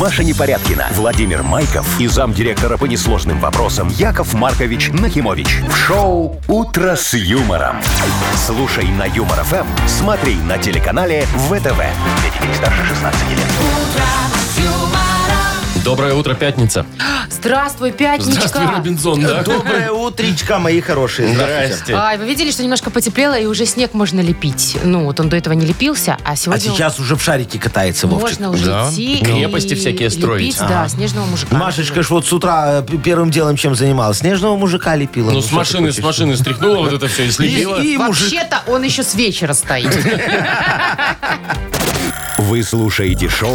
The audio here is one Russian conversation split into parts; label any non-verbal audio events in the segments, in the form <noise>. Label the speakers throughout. Speaker 1: Маша Непорядкина, Владимир Майков и замдиректора по несложным вопросам Яков Маркович Нахимович. В шоу «Утро с юмором». Слушай на Юмор ФМ, смотри на телеканале ВТВ. Для детей старше 16 лет.
Speaker 2: Доброе утро, пятница.
Speaker 3: Здравствуй, пятничка.
Speaker 2: Здравствуй, Робинзон. да?
Speaker 3: <laughs>
Speaker 4: Доброе утречко, мои хорошие. Здравствуйте.
Speaker 3: Ай, вы видели, что немножко потеплело, и уже снег можно лепить. Ну, вот он до этого не лепился, а
Speaker 4: А
Speaker 3: сегодня
Speaker 4: сейчас уже в шарике катается Вовчик.
Speaker 3: можно уже
Speaker 2: Да. Ну.
Speaker 3: идти
Speaker 2: Крепости
Speaker 3: и
Speaker 2: всякие
Speaker 3: лепить,
Speaker 2: строить.
Speaker 3: да, снежного мужика.
Speaker 4: Машечка ж вот с утра э, п- первым делом чем занималась? Снежного мужика лепила.
Speaker 2: Ну, с
Speaker 4: что
Speaker 2: машины,
Speaker 4: ты
Speaker 2: с
Speaker 4: хочешь?
Speaker 2: машины стряхнула вот это все и
Speaker 4: И,
Speaker 2: слепила.
Speaker 4: и мужик.
Speaker 3: Вообще-то он еще с вечера
Speaker 4: <laughs>
Speaker 3: стоит.
Speaker 1: Вы слушаете шоу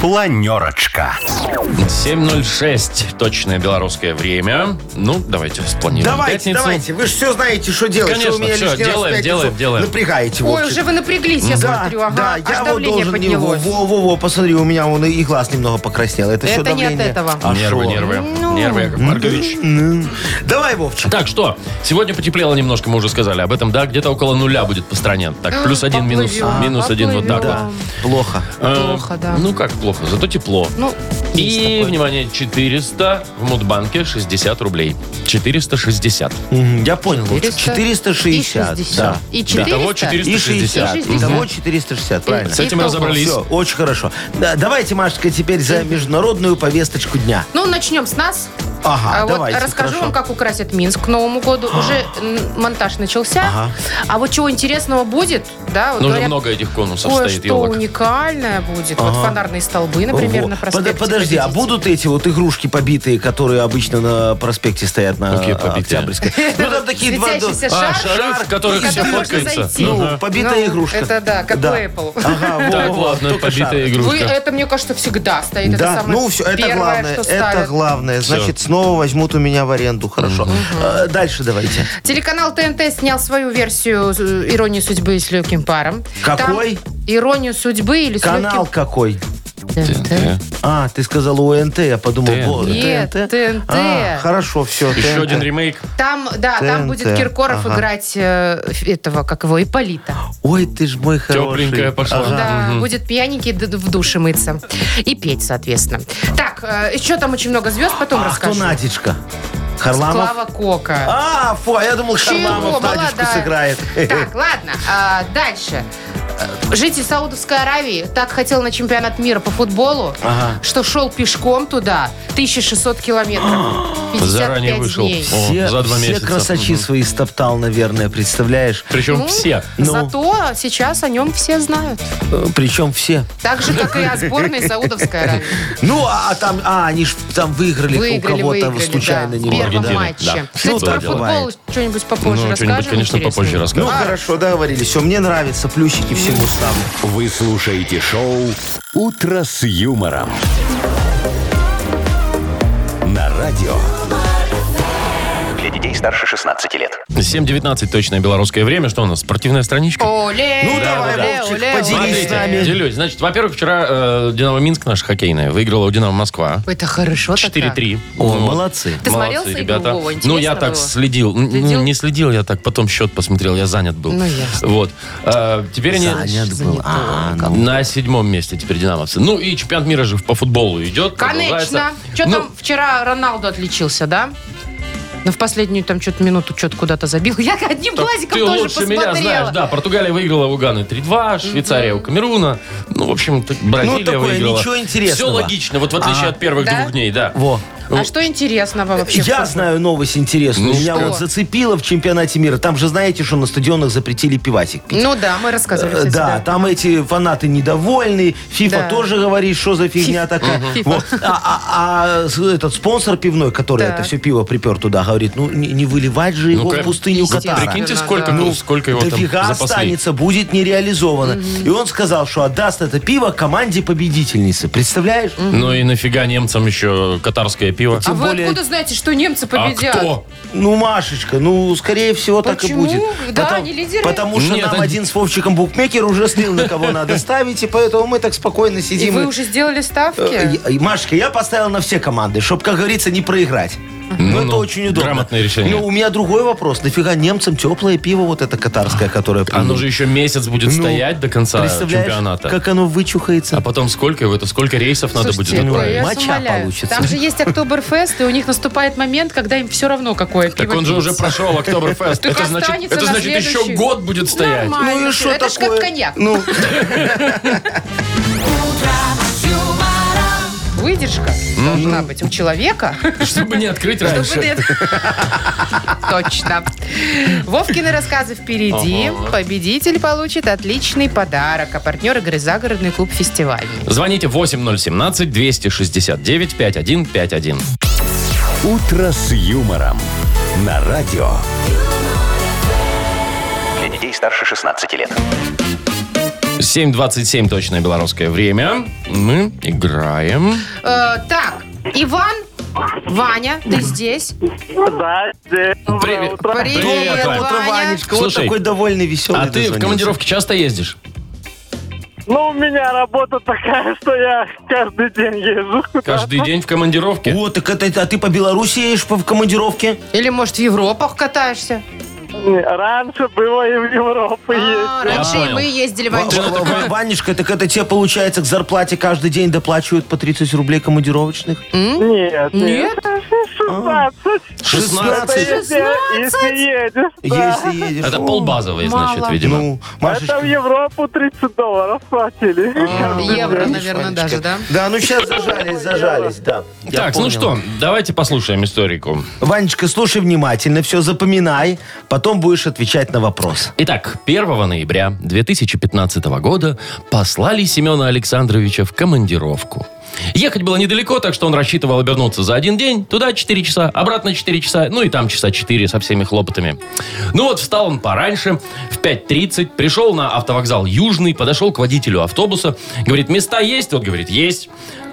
Speaker 1: Планерочка.
Speaker 2: 7.06, точное белорусское время. Ну, давайте спланируем
Speaker 4: Давайте,
Speaker 2: пятницу.
Speaker 4: давайте. Вы же все знаете, что делать.
Speaker 2: Конечно,
Speaker 4: Что вы меня
Speaker 2: всё,
Speaker 4: лишний раз в
Speaker 2: делаем,
Speaker 4: пятницу
Speaker 2: делаем, делаем.
Speaker 4: Напрягаете,
Speaker 3: Ой,
Speaker 4: Ну, Вовчик.
Speaker 3: уже вы напряглись, я смотрю. Ага,
Speaker 4: да,
Speaker 3: аж
Speaker 4: я вот
Speaker 3: давление
Speaker 4: должен... не-
Speaker 3: поднялось.
Speaker 4: Во, во, во, посмотри, у меня он и глаз немного покраснел. Это, все
Speaker 3: Это не от
Speaker 4: давление.
Speaker 3: этого.
Speaker 4: А
Speaker 2: Нервы,
Speaker 4: шо?
Speaker 2: нервы. Нервы, Яков Маркович.
Speaker 4: Давай, Вовчик.
Speaker 2: Так, что? Сегодня потеплело немножко, мы уже сказали об этом, да? Где-то около нуля будет по стране. Так, плюс один, минус,
Speaker 3: Поплывем,
Speaker 2: минус один, вот так
Speaker 3: поплывем.
Speaker 2: вот.
Speaker 4: Плохо.
Speaker 2: Э,
Speaker 3: Плохо, да.
Speaker 2: Ну, как плохо, зато тепло.
Speaker 3: Ну, есть
Speaker 2: И,
Speaker 3: такое.
Speaker 2: внимание, 400 в Мудбанке 60 рублей. 460.
Speaker 4: Мгм, Я понял, Вовчик.
Speaker 3: 460.
Speaker 4: 460. да.
Speaker 3: И 400.
Speaker 2: Итого 400.
Speaker 4: И 60.
Speaker 3: 60.
Speaker 4: Итого 460, правильно.
Speaker 2: С этим
Speaker 3: Итого.
Speaker 2: разобрались.
Speaker 4: Все, очень хорошо. Да, давайте, Машечка, теперь за международную повесточку дня.
Speaker 3: Ну, начнем с нас.
Speaker 4: Ага,
Speaker 3: А вот
Speaker 4: давайте.
Speaker 3: расскажу
Speaker 4: хорошо. А.
Speaker 3: вам, как украсят Минск к Новому году. Уже м, монтаж начался.
Speaker 4: Ага.
Speaker 3: А вот чего интересного будет, да, вот
Speaker 2: Ну, уже
Speaker 3: говорят,
Speaker 2: много этих конусов
Speaker 3: кое
Speaker 2: стоит,
Speaker 3: что
Speaker 2: елок.
Speaker 3: уникальное будет. Вот
Speaker 4: Ага.
Speaker 3: фонарные столбы, например,
Speaker 4: Во.
Speaker 3: на
Speaker 4: Под-
Speaker 3: проспекте.
Speaker 4: Подожди, а
Speaker 3: Победителей.
Speaker 4: будут эти вот игрушки побитые, которые обычно на проспекте стоят на
Speaker 2: Какие
Speaker 4: э,
Speaker 2: побитые?
Speaker 4: Октябрьской? Ну, там такие два...
Speaker 3: Светящийся
Speaker 2: А,
Speaker 3: шар,
Speaker 2: шары, в которых
Speaker 3: в
Speaker 2: все
Speaker 3: который можно
Speaker 2: фоткается.
Speaker 3: зайти.
Speaker 4: Ну,
Speaker 2: Ага.
Speaker 4: побитая
Speaker 3: Ну,
Speaker 4: игрушка.
Speaker 3: Это да, как у Apple.
Speaker 4: Ага, во,
Speaker 2: Так,
Speaker 4: во,
Speaker 2: ладно,
Speaker 4: только
Speaker 2: побитая
Speaker 4: шар.
Speaker 3: Вы,
Speaker 2: игрушка.
Speaker 3: это, мне кажется, всегда стоит. Это
Speaker 4: Да,
Speaker 3: самое
Speaker 4: ну все, это
Speaker 3: первое,
Speaker 4: главное,
Speaker 3: что
Speaker 4: это
Speaker 3: ставят.
Speaker 4: главное. Значит, снова возьмут у меня в аренду, хорошо. Э, Дальше давайте.
Speaker 3: Телеканал ТНТ снял свою версию э, «Иронии судьбы» с легким паром.
Speaker 4: Какой?
Speaker 3: Там «Иронию судьбы» или с
Speaker 4: Канал
Speaker 3: легким...
Speaker 4: какой?
Speaker 2: Э,
Speaker 3: ТНТ.
Speaker 4: А, ты сказала УНТ, я подумал,
Speaker 2: ТНТ.
Speaker 4: во,
Speaker 3: Нет,
Speaker 4: ТНТ.
Speaker 3: ТНТ.
Speaker 4: А, хорошо, все.
Speaker 2: Еще один ремейк.
Speaker 3: Там, да, там
Speaker 4: ТНТ,
Speaker 3: будет Киркоров
Speaker 4: ага.
Speaker 3: играть э, этого, как его, Иполита.
Speaker 4: Ой, ты ж мой хороший. А,
Speaker 2: Тепленькая пошла.
Speaker 4: Ага.
Speaker 3: Да, будет пьяненький д- в душе мыться. И петь, соответственно. Так, э, еще там очень много звезд, потом
Speaker 4: А кто
Speaker 3: расскажу.
Speaker 4: Надечка? Харламов?
Speaker 3: Клава Кока.
Speaker 4: А, фу, а я думал,
Speaker 3: Чего,
Speaker 4: Харламов Надечку
Speaker 3: молодая?
Speaker 4: сыграет.
Speaker 3: Так, ладно, а, дальше. Э, Житель Саудовской Аравии так хотел на чемпионат мира по футболу,
Speaker 4: Ага.
Speaker 3: что шел пешком туда 1600 километров.
Speaker 4: <gasps>
Speaker 3: 55
Speaker 2: Заранее вышел.
Speaker 3: дней.
Speaker 2: О,
Speaker 4: Все,
Speaker 2: за два
Speaker 4: все
Speaker 2: месяца.
Speaker 4: красачи
Speaker 2: Мгм.
Speaker 4: свои стоптал, наверное, представляешь?
Speaker 2: Причем
Speaker 3: Ну,
Speaker 2: все.
Speaker 4: Ну.
Speaker 3: Зато сейчас о нем все знают.
Speaker 4: Э, Причем все.
Speaker 3: Так же, как и о сборной Саудовской Аравии.
Speaker 4: Ну, а а там, а, они ж там выиграли, у
Speaker 3: Выиграли,
Speaker 4: кого-то
Speaker 3: выиграли,
Speaker 4: случайно
Speaker 3: да, в
Speaker 4: немного.
Speaker 3: первом
Speaker 2: Аргентина,
Speaker 3: матче.
Speaker 2: да.
Speaker 3: Кстати,
Speaker 4: Ну,
Speaker 3: про
Speaker 4: так
Speaker 3: футбол
Speaker 4: бывает.
Speaker 3: что-нибудь попозже
Speaker 2: Ну, что-нибудь,
Speaker 3: расскажем.
Speaker 2: конечно,
Speaker 3: интересное?
Speaker 2: попозже
Speaker 4: Ну,
Speaker 2: расскажем.
Speaker 4: хорошо, договорились. Все, мне нравится, плюсики всему ставлю.
Speaker 1: Вы слушаете шоу «Утро с юмором». На радио. Для детей старше 16 лет.
Speaker 3: Ну, а
Speaker 2: 7.19 точное белорусское время. Что у нас? Спортивная страничка?
Speaker 3: Оле,
Speaker 4: Ну, давай, Вовчик, поделись
Speaker 2: Смотрите,
Speaker 4: с нами.
Speaker 2: делюсь. Значит, во-первых, вчера э, Динамо Минск наша хоккейная выиграла у Динамо Москва.
Speaker 3: Это хорошо так.
Speaker 2: 4-3.
Speaker 4: О,
Speaker 2: Вот.
Speaker 4: молодцы.
Speaker 3: Ты смотрел
Speaker 2: Молодцы,
Speaker 3: за игру,
Speaker 2: ребята.
Speaker 3: Вова?
Speaker 2: Ну,
Speaker 3: Интересно
Speaker 2: я так
Speaker 3: было?
Speaker 2: следил. Н-
Speaker 3: Следил?
Speaker 2: Ну, не следил, я так потом счет посмотрел, я занят был.
Speaker 3: Ну, ясно.
Speaker 2: Вот. А, теперь они...
Speaker 4: Занят был. А, ну.
Speaker 2: На седьмом месте теперь динамовцы. Ну и чемпионат мира же по футболу идет.
Speaker 3: Конечно.
Speaker 2: продолжается.
Speaker 3: Что
Speaker 2: Ну,
Speaker 3: там вчера Роналду отличился, да? Ну, в последнюю там что-то минуту что-то куда-то забил. Я одним
Speaker 2: так
Speaker 3: глазиком
Speaker 2: ты
Speaker 3: тоже
Speaker 2: лучше меня знаешь,
Speaker 3: посмотрела.
Speaker 2: да. Португалия выиграла у Ганы 3-2, Швейцария у Камеруна. Ну, в общем, так Бразилия
Speaker 4: Ну, такое,
Speaker 2: выиграла.
Speaker 4: ничего интересного. А.
Speaker 2: Все логично, вот в отличие от первых
Speaker 3: Да?
Speaker 2: двух дней, да.
Speaker 4: Во.
Speaker 3: А что интересного вообще? в
Speaker 4: Я
Speaker 3: футболе?
Speaker 4: знаю новость интересную.
Speaker 2: Ну,
Speaker 4: Меня
Speaker 2: что?
Speaker 4: вот зацепило в чемпионате мира. Там же знаете, что на стадионах запретили пивасик пить.
Speaker 3: Ну да, мы рассказывали.
Speaker 4: Э,
Speaker 3: кстати,
Speaker 4: Да, там эти фанаты недовольны. Фифа
Speaker 3: Да.
Speaker 4: тоже говорит, что за фигня такая. Вот. А, а- а с- этот спонсор пивной, который
Speaker 3: Так.
Speaker 4: это все пиво припер туда, говорит, ну не, не выливать же его
Speaker 2: кра-
Speaker 4: в пустыню
Speaker 3: естественно.
Speaker 4: Катара.
Speaker 2: Прикиньте,
Speaker 3: Наверное,
Speaker 2: сколько,
Speaker 3: да.
Speaker 2: ну, сколько его
Speaker 4: Дофига
Speaker 2: там запасли.
Speaker 4: останется, будет нереализовано. И он сказал, что отдаст это пиво команде победительницы. Представляешь?
Speaker 2: Ну и нафига немцам еще катарское пиво?
Speaker 3: А
Speaker 4: тем
Speaker 3: вы
Speaker 4: более-
Speaker 3: откуда знаете, что немцы
Speaker 2: А
Speaker 3: победят?
Speaker 2: кто?
Speaker 4: Ну, Машечка, ну, скорее всего, так и
Speaker 3: Почему?
Speaker 4: будет.
Speaker 3: Да, они лидеры.
Speaker 4: Потому что
Speaker 2: Нет,
Speaker 4: нам
Speaker 2: они-
Speaker 4: один с Вовчиком букмекер уже слил, на кого надо ставить, и поэтому мы так спокойно
Speaker 3: И
Speaker 4: сидим.
Speaker 3: вы
Speaker 4: и-
Speaker 3: уже сделали
Speaker 4: Э,
Speaker 3: ставки?
Speaker 4: я- Машечка, я поставил на все команды, чтобы, как говорится, не проиграть. Ну,
Speaker 2: Ну,
Speaker 4: это
Speaker 2: ну,
Speaker 4: очень удобно.
Speaker 2: грамотное решение.
Speaker 4: Ну, у меня другой вопрос. Нафига немцам теплое пиво вот это катарское, которое...
Speaker 2: Оно
Speaker 4: придумали?
Speaker 2: же еще месяц будет
Speaker 4: Ну,
Speaker 2: стоять до конца
Speaker 4: Представляешь,
Speaker 2: чемпионата.
Speaker 4: как оно вычухается?
Speaker 2: А потом сколько его, это сколько рейсов надо будет
Speaker 3: Слушайте,
Speaker 4: отправить.
Speaker 3: ой, я
Speaker 2: отправить?
Speaker 3: вас
Speaker 4: Моча
Speaker 3: умоляю.
Speaker 4: получится.
Speaker 3: Там же есть Октоберфест, и у них наступает момент, когда им все равно какое
Speaker 2: Так
Speaker 3: пиво
Speaker 2: он же
Speaker 3: пить.
Speaker 2: уже прошел Октоберфест.
Speaker 3: Так
Speaker 2: Это значит,
Speaker 3: останется
Speaker 2: это
Speaker 3: на
Speaker 2: значит еще
Speaker 3: следующий.
Speaker 2: год будет стоять.
Speaker 3: Нормально.
Speaker 4: Ну и что
Speaker 3: Это ж
Speaker 4: такое?
Speaker 3: как коньяк.
Speaker 4: Ну,
Speaker 3: Выдержка должна быть у человека.
Speaker 2: Чтобы не открыть
Speaker 3: Чтобы
Speaker 2: раньше.
Speaker 3: нет. <laughs> Точно. Вовкины рассказы впереди.
Speaker 2: Ага.
Speaker 3: Победитель получит отличный подарок. А партнер игры «Загородный клуб фестиваль».
Speaker 2: Звоните 8017-269-5151.
Speaker 1: «Утро с юмором» на радио.
Speaker 5: Для детей старше 16 лет.
Speaker 2: 7.27 точное белорусское время. Мы играем.
Speaker 3: Э, так, Иван, Ваня, ты здесь?
Speaker 6: Да, э,
Speaker 2: Привет.
Speaker 6: утро.
Speaker 2: Привет, Вань.
Speaker 4: утро, Ванечка. Вот
Speaker 2: Слушай,
Speaker 4: такой довольный, веселый.
Speaker 2: А ты в
Speaker 4: дозвонился.
Speaker 2: командировке часто ездишь?
Speaker 6: Ну, у меня работа такая, <laughs> что я каждый день езжу.
Speaker 2: Каждый день в командировке?
Speaker 4: О, так это, а ты по Беларуси едешь по- в командировке?
Speaker 3: Или, может, в Европах катаешься?
Speaker 6: Раньше было и в Европу
Speaker 3: А,
Speaker 6: ездить.
Speaker 3: раньше и
Speaker 2: понял.
Speaker 3: мы ездили,
Speaker 4: Ва-
Speaker 3: Ванечка.
Speaker 2: на
Speaker 4: Ва-
Speaker 2: такое?
Speaker 4: Ванечка, так это тебе, получается, к зарплате каждый день доплачивают по 30 рублей командировочных?
Speaker 6: Нет,
Speaker 3: Нет?
Speaker 6: нет. 16.
Speaker 4: 16,
Speaker 6: Если, если едешь, да.
Speaker 4: если едешь.
Speaker 2: Это
Speaker 4: О,
Speaker 2: полбазовой, значит,
Speaker 3: Мало.
Speaker 2: видимо.
Speaker 4: Ну,
Speaker 6: Это
Speaker 4: Машечка.
Speaker 6: в Европу 30 долларов платили.
Speaker 3: А. Евро,
Speaker 4: Видишь,
Speaker 3: наверное,
Speaker 4: Ванечка.
Speaker 3: даже, да?
Speaker 4: Да, ну сейчас <laughs> зажались, зажались, да. Я
Speaker 2: так, ну
Speaker 4: понял.
Speaker 2: что, давайте послушаем историку.
Speaker 4: Ванечка, слушай внимательно, все запоминай, потом будешь отвечать на вопрос.
Speaker 2: Итак, 1 ноября 2015 года послали Семена Александровича в командировку. Ехать было недалеко, так что он рассчитывал обернуться за один день. Туда 4 часа, обратно 4 часа, ну и там часа 4 со всеми хлопотами. Ну вот, встал он пораньше, в 5.30, пришел на автовокзал Южный, подошел к водителю автобуса, говорит, места есть? Вот говорит, есть.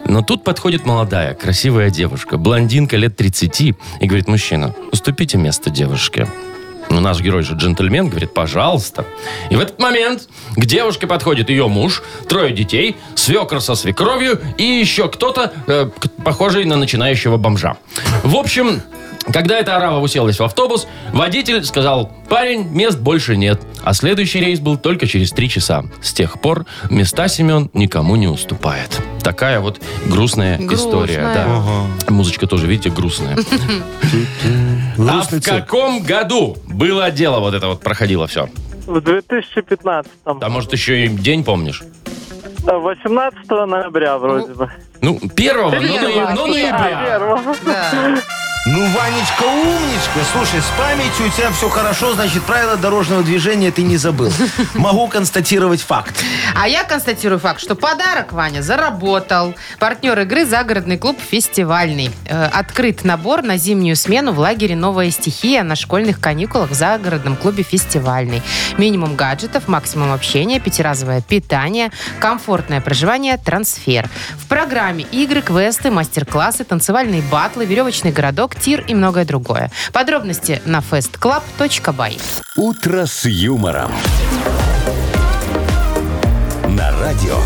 Speaker 2: Но тут подходит молодая, красивая девушка, блондинка лет 30, и говорит, мужчина, уступите место девушке. Ну, наш герой же джентльмен, говорит, пожалуйста. И в этот момент к девушке подходит ее муж, трое детей, свекр со свекровью и еще кто-то, э, к- похожий на начинающего бомжа. В общем, когда эта арава уселась в автобус, водитель сказал, парень, мест больше нет. А следующий рейс был только через три часа. С тех пор места Семен никому не уступает. Такая вот грустная,
Speaker 3: Грустная.
Speaker 2: история. Да. Музычка тоже, видите, грустная. А в каком году было дело вот это вот проходило все?
Speaker 6: В 2015.
Speaker 2: А может еще и день помнишь?
Speaker 6: 18 ноября вроде бы.
Speaker 2: Ну, первого, ну, ноя- ну, ноября.
Speaker 6: Первого.
Speaker 3: Да.
Speaker 4: Ну, Ванечка, умничка. Слушай, с памятью у тебя все хорошо, значит, правила дорожного движения ты не <laughs> забыл. Могу констатировать факт.
Speaker 3: А я констатирую факт, что подарок Ваня заработал. Партнер игры «Загородный клуб «Фестивальный». Э, Открыт набор на зимнюю смену в лагере «Новая стихия» на школьных каникулах в загородном клубе «Фестивальный». Минимум гаджетов, максимум общения, пятиразовое питание, комфортное проживание, трансфер. В программе игры, квесты, мастер-классы, танцевальные батлы, веревочный городок, тир и многое другое. Подробности на festclub.by.
Speaker 1: «Утро с юмором». На радио.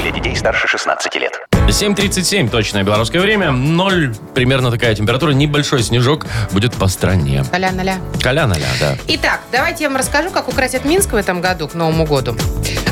Speaker 5: Для детей старше 16 лет.
Speaker 2: 7.37, точное белорусское время. Ноль, примерно такая температура. Небольшой снежок будет по стране.
Speaker 3: Аля-наля.
Speaker 2: Коля ля да.
Speaker 3: Итак, давайте я вам расскажу, как украсят Минск в этом году к Новому году.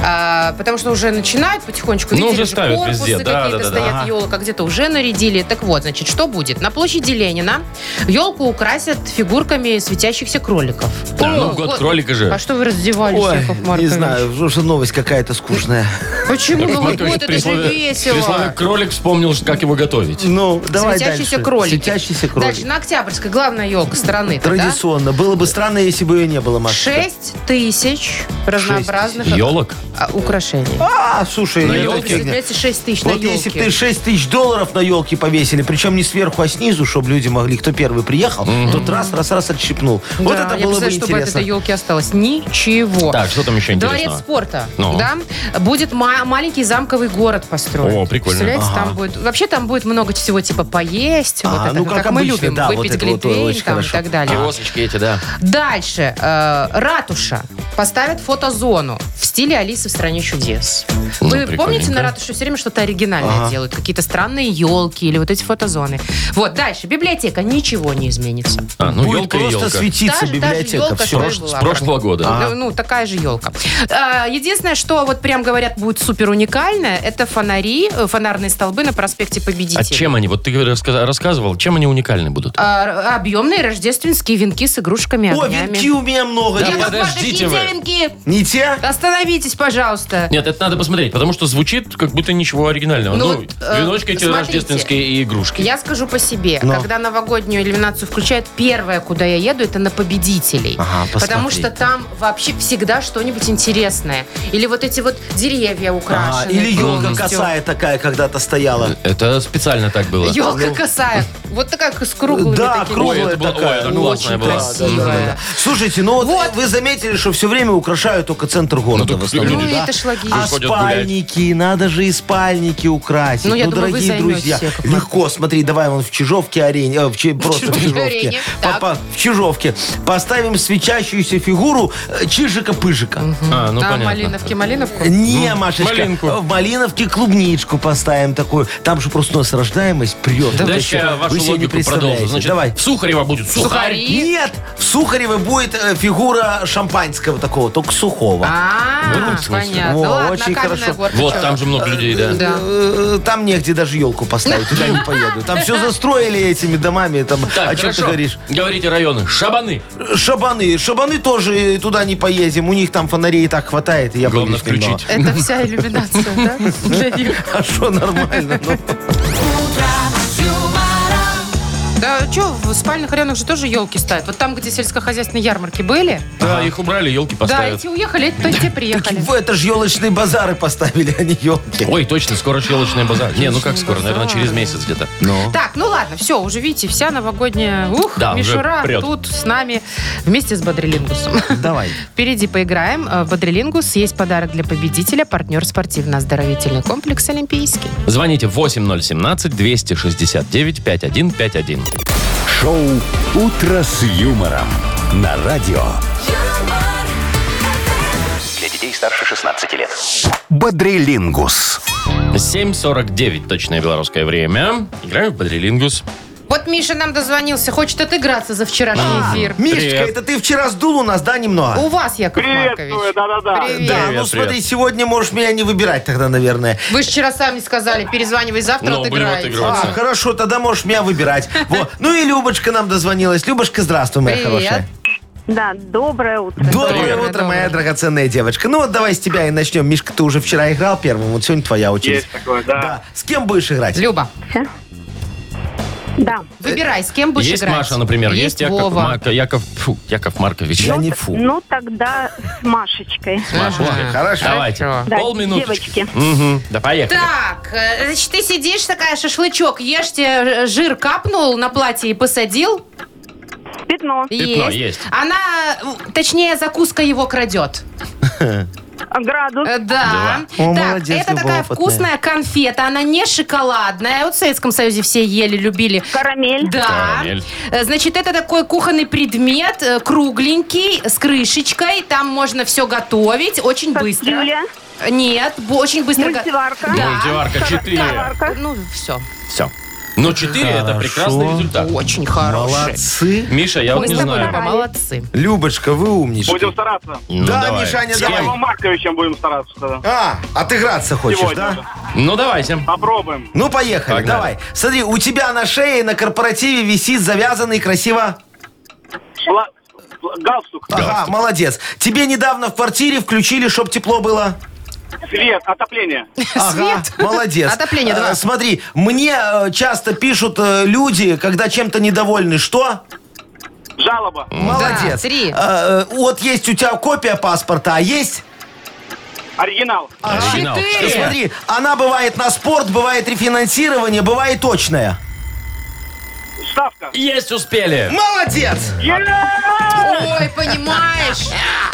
Speaker 3: А, потому что уже начинают потихонечку.
Speaker 2: Ну,
Speaker 3: Видели
Speaker 2: уже
Speaker 3: же,
Speaker 2: ставят
Speaker 3: корпусы
Speaker 2: везде, да,
Speaker 3: какие-то
Speaker 2: да, да,
Speaker 3: стоят
Speaker 2: ага.
Speaker 3: елок, а где-то уже нарядили. Так вот, значит, что будет? На площади Ленина елку украсят фигурками светящихся кроликов.
Speaker 2: Да,
Speaker 3: О,
Speaker 2: ну, год
Speaker 3: вот.
Speaker 2: кролика же.
Speaker 3: А что вы раздевались, Яков
Speaker 4: не
Speaker 3: Маркович?
Speaker 4: знаю, потому что новость какая-то скучная.
Speaker 3: Почему
Speaker 2: Яков
Speaker 3: Новый
Speaker 2: Маркович
Speaker 3: год? Это
Speaker 2: при
Speaker 3: же
Speaker 2: слове- при слове
Speaker 3: весело.
Speaker 2: кролик вспомнил, как его готовить.
Speaker 4: Ну, давай
Speaker 3: Светящиеся
Speaker 4: дальше.
Speaker 3: кролики.
Speaker 4: Светящиеся кролики.
Speaker 3: Дальше, на Октябрьской, главная елка страны.
Speaker 4: Традиционно. Было бы странно, если бы ее не было, Маша.
Speaker 3: Шесть тысяч разнообразных
Speaker 2: Елок?
Speaker 3: а, украшений.
Speaker 4: А, слушай,
Speaker 2: На
Speaker 4: ну, это
Speaker 2: ёлке?
Speaker 4: фигня.
Speaker 3: Представляете, 6 тысяч на
Speaker 4: Вот
Speaker 3: елке.
Speaker 4: если бы ты 6 тысяч долларов на елке повесили, причем не сверху, а снизу, чтобы люди могли, кто первый приехал, тот раз, раз, раз отщипнул. Вот
Speaker 3: Да,
Speaker 4: это
Speaker 3: я
Speaker 4: было бы
Speaker 3: представляю, чтобы от
Speaker 4: интересно.
Speaker 3: этой елки осталось ничего.
Speaker 2: Так, что там еще
Speaker 3: Дворец
Speaker 2: интересного?
Speaker 3: спорта.
Speaker 2: Ну.
Speaker 3: Да? Будет ма- маленький замковый город построен.
Speaker 2: О, прикольно.
Speaker 3: представляете, там будет... Вообще там будет много всего типа поесть, вот
Speaker 4: Ага,
Speaker 3: это,
Speaker 4: ну,
Speaker 3: как,
Speaker 4: как
Speaker 3: мы
Speaker 4: обычно,
Speaker 3: любим,
Speaker 4: да, вот
Speaker 3: выпить
Speaker 4: это вот
Speaker 3: глинтвейн
Speaker 4: очень
Speaker 3: там, и
Speaker 4: хорошо.
Speaker 3: так далее.
Speaker 2: Киосочки эти, да.
Speaker 3: Дальше. э, ратуша. Поставят фотозону в стиле Алисы в стране чудес.
Speaker 2: Ну,
Speaker 3: Вы
Speaker 2: прикольненько.
Speaker 3: помните, на ратуше все время что-то оригинальное делают? Какие-то странные елки или вот эти фотозоны. Вот, дальше. Библиотека. Ничего не изменится.
Speaker 2: А, ну,
Speaker 4: Будет
Speaker 2: елка и
Speaker 4: просто
Speaker 2: елка.
Speaker 4: светиться
Speaker 3: Та же- та же
Speaker 4: библиотека.
Speaker 3: елка,
Speaker 4: все.
Speaker 3: что и
Speaker 2: С
Speaker 3: была.
Speaker 2: прошлого года. А
Speaker 3: Ну, ну, такая же елка. А, единственное, что вот прям говорят, будет супер уникальное, это фонари, э, фонарные столбы на проспекте Победителей.
Speaker 2: А чем они? Вот ты раска- рассказывал, чем они уникальны будут?
Speaker 3: А, р- объемные рождественские венки с игрушками
Speaker 4: О,
Speaker 3: огнями.
Speaker 4: венки у меня много.
Speaker 2: Да,
Speaker 4: Нет,
Speaker 2: под- подождите
Speaker 3: Яков Маркович,
Speaker 2: вы.
Speaker 3: не те венки!
Speaker 4: Не те?
Speaker 3: Остановитесь, пожалуйста.
Speaker 2: Нет, это надо посмотреть, потому что звучит как будто ничего оригинального.
Speaker 3: Ну
Speaker 2: Ну,
Speaker 3: вот, э,
Speaker 2: веночки эти
Speaker 3: смотрите.
Speaker 2: рождественские и игрушки.
Speaker 3: Я скажу по себе.
Speaker 4: Но.
Speaker 3: Когда новогоднюю иллюминацию включают, первое, куда я еду, это на победителей.
Speaker 4: Ага, посмотри.
Speaker 3: Потому что там вообще всегда что-нибудь интересное. Или вот эти вот деревья украшены.
Speaker 4: А, или елка
Speaker 3: полностью.
Speaker 4: косая такая когда-то стояла.
Speaker 2: Это специально так было.
Speaker 3: Елка косая. Вот такая с круглыми
Speaker 4: Да,
Speaker 3: такими.
Speaker 2: Ой,
Speaker 4: круглая
Speaker 2: это была- ой,
Speaker 4: такая.
Speaker 2: это
Speaker 4: Ну,
Speaker 2: классная
Speaker 4: очень
Speaker 2: была.
Speaker 4: красивая.
Speaker 3: Мгм.
Speaker 4: Да, да, да. Слушайте, ну вот,
Speaker 3: Вот.
Speaker 4: вы заметили, что все время украшают только центр города
Speaker 2: Ну, так
Speaker 4: в основном,
Speaker 2: люди-
Speaker 3: Ну,
Speaker 4: да?
Speaker 3: это ж логично.
Speaker 4: А
Speaker 2: Ходят гулять.
Speaker 4: спальники, надо же и спальники украсить.
Speaker 3: Ну,
Speaker 4: Ну,
Speaker 3: я думаю, вы
Speaker 4: дорогие
Speaker 3: займётесь,
Speaker 4: друзья,
Speaker 3: Яков Маркович.
Speaker 4: легко, смотри, давай вон в Чижовке арене, э, в Чи- просто в
Speaker 3: Чижовке
Speaker 4: Чижовке.
Speaker 3: арене,
Speaker 4: По-
Speaker 3: так.
Speaker 4: по- В Чижовке поставим свечащуюся фигуру э, Чижика-Пыжика.
Speaker 2: А, ну
Speaker 3: Там
Speaker 2: понятно. Э,
Speaker 3: малиновки, малиновку.
Speaker 4: Не, Машечка,
Speaker 2: Ну, малинку.
Speaker 4: в малиновке клубничку поставим такую. Там же просто у нас рождаемость прет.
Speaker 2: Да,
Speaker 4: Вы
Speaker 2: я
Speaker 4: себе
Speaker 2: вашу
Speaker 4: не
Speaker 2: логику продолжу.
Speaker 4: представляете.
Speaker 2: Значит,
Speaker 4: Давай.
Speaker 2: в Сухарева будет сухарь.
Speaker 3: Сухари.
Speaker 4: Нет, в Сухареве будет э, фигура шампанского такого, только сухого.
Speaker 3: А, понятно.
Speaker 4: Во,
Speaker 3: Ладно,
Speaker 4: очень
Speaker 3: каменная
Speaker 4: хорошо.
Speaker 3: горка,
Speaker 2: Вот,
Speaker 3: чё?
Speaker 2: там же много людей, да.
Speaker 3: Да.
Speaker 4: Э, Там негде даже елку поставить, туда не поеду. Там все застроили этими домами, там,
Speaker 2: Так,
Speaker 4: о чем ты
Speaker 2: хорошо.
Speaker 4: А говоришь?
Speaker 2: Говорите районы. Шабаны.
Speaker 4: Шабаны, шабаны тоже э, туда не поедем, у них там фонарей и так хватает, и я
Speaker 2: Главное
Speaker 4: боюсь немного.
Speaker 2: включить.
Speaker 3: Это вся иллюминация, да?
Speaker 2: <laughs>
Speaker 3: Для них.
Speaker 4: А что, нормально? ну.
Speaker 3: Да что, в спальных районах же тоже елки ставят. Вот там, где сельскохозяйственные ярмарки были,
Speaker 2: Да, их убрали, елки
Speaker 3: да,
Speaker 2: поставят.
Speaker 3: эти уехали, эти- те приехали.
Speaker 4: Во, Это же елочные базары поставили, а не елки.
Speaker 2: Ой, точно, скоро же елочный базар. Не, ну как скоро, наверное, через месяц где-то.
Speaker 3: Так, ну ладно, все, уже видите, вся новогодняя, ух,
Speaker 2: Да, уже
Speaker 3: мишура
Speaker 2: прет.
Speaker 3: тут с нами вместе с Бодрилингусом.
Speaker 4: Давай.
Speaker 3: Впереди поиграем. Э, Бодрилингус есть подарок для победителя, партнер спортивно-оздоровительный комплекс «Олимпийский».
Speaker 2: Звоните 8017-269-5151.
Speaker 1: Шоу «Утро с юмором» на радио.
Speaker 7: юмор,
Speaker 5: Для детей старше 16 лет.
Speaker 1: Бодрилингус.
Speaker 2: 7.49, точное белорусское время. Играем в Бодрилингус.
Speaker 3: Вот Миша нам дозвонился, хочет отыграться за вчерашний
Speaker 2: А.
Speaker 3: эфир. А.
Speaker 4: Мишечка,
Speaker 2: Привет.
Speaker 4: это ты вчера сдул у нас, да, немного?
Speaker 3: У вас, Яков
Speaker 6: Приветствую,
Speaker 3: Маркович.
Speaker 6: да-да-да.
Speaker 3: Привет.
Speaker 4: Да,
Speaker 2: Привет,
Speaker 4: ну смотри,
Speaker 2: привет.
Speaker 4: сегодня можешь меня не выбирать тогда, наверное.
Speaker 3: Вы же вчера сами сказали, перезванивай завтра,
Speaker 2: Ну, будем
Speaker 3: отыграете.
Speaker 2: отыгрываться.
Speaker 4: А, хорошо, тогда можешь меня выбирать. Во. Ну и Любочка нам дозвонилась. Любочка, здравствуй, моя
Speaker 3: Привет.
Speaker 4: хорошая.
Speaker 8: Да, доброе утро.
Speaker 4: Доброе
Speaker 2: Привет.
Speaker 4: утро,
Speaker 3: Доброе.
Speaker 4: моя драгоценная девочка. Ну вот давай с тебя и начнем. Мишка, ты уже вчера играл первым, вот сегодня твоя очередь.
Speaker 6: Есть такое, да.
Speaker 4: Да. С кем будешь играть?
Speaker 3: А, Люба,
Speaker 8: Всё? Да.
Speaker 3: выбирай, с кем будешь
Speaker 2: есть
Speaker 3: играть.
Speaker 2: Маша, например, есть, Яков,
Speaker 3: Вова.
Speaker 2: Марко- Яков, фу, Яков Маркович.
Speaker 4: Я не фу.
Speaker 8: Ну, тогда
Speaker 3: <laughs>
Speaker 8: с Машечкой.
Speaker 2: Маша.
Speaker 3: Ага.
Speaker 4: Хорошо.
Speaker 2: Давайте.
Speaker 8: Да,
Speaker 2: Полминуточки.
Speaker 8: девочки.
Speaker 2: Мгм. Да, поехали.
Speaker 3: Так, э, значит, ты сидишь такая, шашлычок ешь, тебе э, жир капнул на платье и посадил.
Speaker 8: Пятно.
Speaker 2: Пятно есть.
Speaker 3: Она, э, точнее, закуска его крадет.
Speaker 8: Градус.
Speaker 3: Э, Да.
Speaker 4: О,
Speaker 3: так,
Speaker 4: молодец,
Speaker 3: это
Speaker 4: Люба
Speaker 3: такая
Speaker 4: опытная.
Speaker 3: вкусная конфета, она не шоколадная. Вот в Советском Союзе все ели, любили.
Speaker 8: Карамель.
Speaker 3: Да.
Speaker 2: Карамель.
Speaker 3: Э, Значит, это такой кухонный предмет, э, кругленький, с крышечкой. Там можно все готовить очень быстро.
Speaker 8: Кастрюля.
Speaker 3: Нет, бо- очень быстро. го-
Speaker 8: Мультиварка.
Speaker 3: Да.
Speaker 2: Мультиварка 4.
Speaker 8: Мультиварка.
Speaker 3: Ну, все.
Speaker 2: Все. Но 4 это
Speaker 4: Хорошо.
Speaker 2: прекрасный результат.
Speaker 3: Очень хороший.
Speaker 4: Молодцы.
Speaker 2: Миша, я
Speaker 3: Мы
Speaker 2: вот
Speaker 3: с
Speaker 2: не
Speaker 3: тобой
Speaker 2: знаю.
Speaker 3: Люба, молодцы.
Speaker 4: Любочка, вы умничка.
Speaker 6: Будем стараться.
Speaker 2: Ну,
Speaker 4: Да,
Speaker 2: давай.
Speaker 4: Мишаня,
Speaker 2: С кем?
Speaker 4: давай.
Speaker 6: Якова Марковичем будем стараться тогда.
Speaker 4: А, отыграться хочешь,
Speaker 6: Сегодня
Speaker 4: да?
Speaker 6: уже.
Speaker 2: Ну, давайте.
Speaker 6: Попробуем.
Speaker 4: Ну, поехали,
Speaker 2: Погнали.
Speaker 4: давай. Смотри, у тебя на шее на корпоративе висит завязанный красиво...
Speaker 6: Бла- бла- Галстук.
Speaker 4: Ага, молодец. Тебе недавно в квартире включили, чтоб
Speaker 3: <laughs>
Speaker 4: тепло было.
Speaker 6: Свет, отопление.
Speaker 4: Ага, молодец.
Speaker 3: Отопление, давай.
Speaker 4: Э, Смотри, мне э, часто пишут э, люди, когда чем-то недовольны, что?
Speaker 6: Жалоба.
Speaker 4: Молодец.
Speaker 3: три.
Speaker 4: Э, э, Вот есть у тебя копия паспорта, а есть?
Speaker 6: Оригинал.
Speaker 4: А,
Speaker 2: Оригинал.
Speaker 3: Четыре.
Speaker 2: Что?
Speaker 4: Смотри, она бывает на спорт, бывает рефинансирование, бывает точная.
Speaker 6: Ставка.
Speaker 2: Есть успели!
Speaker 4: Молодец!
Speaker 3: Ой, понимаешь?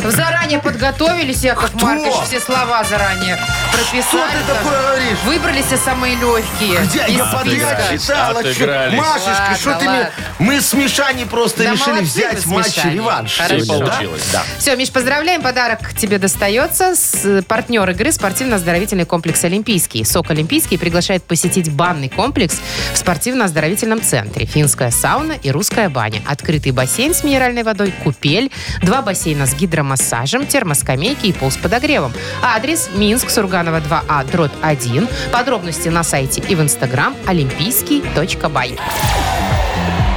Speaker 3: Заранее подготовились, Яков Маркович, все слова заранее прописали.
Speaker 4: Что ты такое говоришь?
Speaker 3: Выбрали все самые легкие.
Speaker 4: А Где
Speaker 3: из
Speaker 4: я подряд
Speaker 3: списка.
Speaker 2: Отыгрались,
Speaker 4: читал? а чё-
Speaker 2: отыгрались.
Speaker 4: Машечка,
Speaker 3: Ладно,
Speaker 4: что ты
Speaker 3: ладно.
Speaker 4: мне... Мы с Мишаней просто
Speaker 3: Да
Speaker 4: решили
Speaker 3: молодцы
Speaker 4: взять
Speaker 3: вы с
Speaker 4: в матче
Speaker 3: Мишаней.
Speaker 4: реванш.
Speaker 3: Хорошо.
Speaker 4: сегодня, да?
Speaker 2: Получилось,
Speaker 4: Да.
Speaker 3: Все, Миш, поздравляем. Подарок тебе достается. С, э, партнер игры спортивно-оздоровительный комплекс «Олимпийский». СОК «Олимпийский» приглашает посетить банный комплекс в спортивно-оздоровительном центре. Финская сауна и русская баня. Открытый бассейн с минеральной водой, купель, два бассейна с гидромассажем, термоскамейки и пол с подогревом. А Адрес Минск, Сурганова 2А, дрот 1. Подробности на сайте и в инстаграм олимпийский.бай.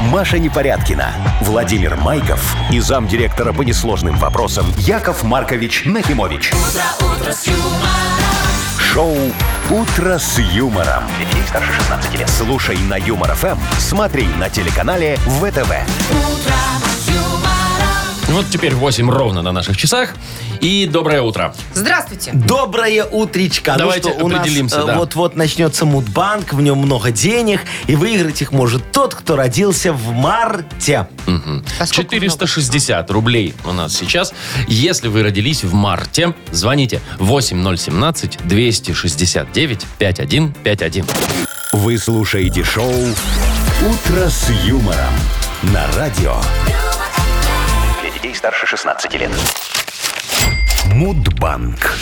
Speaker 1: Маша Непорядкина, Владимир Майков и замдиректора по несложным вопросам Яков Маркович Нахимович. Шоу Утро с юмором. Для детей старше 16 лет. Слушай на юмор ФМ, смотри на телеканале ВТВ.
Speaker 2: Вот теперь 8 ровно на наших часах. И доброе утро.
Speaker 3: Здравствуйте.
Speaker 4: Доброе утречка.
Speaker 2: Давайте
Speaker 4: ну что, у нас
Speaker 2: определимся,
Speaker 4: э,
Speaker 2: да.
Speaker 4: вот-вот начнется мудбанк, в нем много денег, и выиграть их может тот, кто родился в марте.
Speaker 3: А сколько много?
Speaker 2: 460 рублей у нас сейчас. Если вы родились в марте, звоните 8017-269-5151.
Speaker 1: Вы слушаете шоу Утро с юмором на радио
Speaker 5: Для детей старше 16 лет.
Speaker 1: Мудбанк.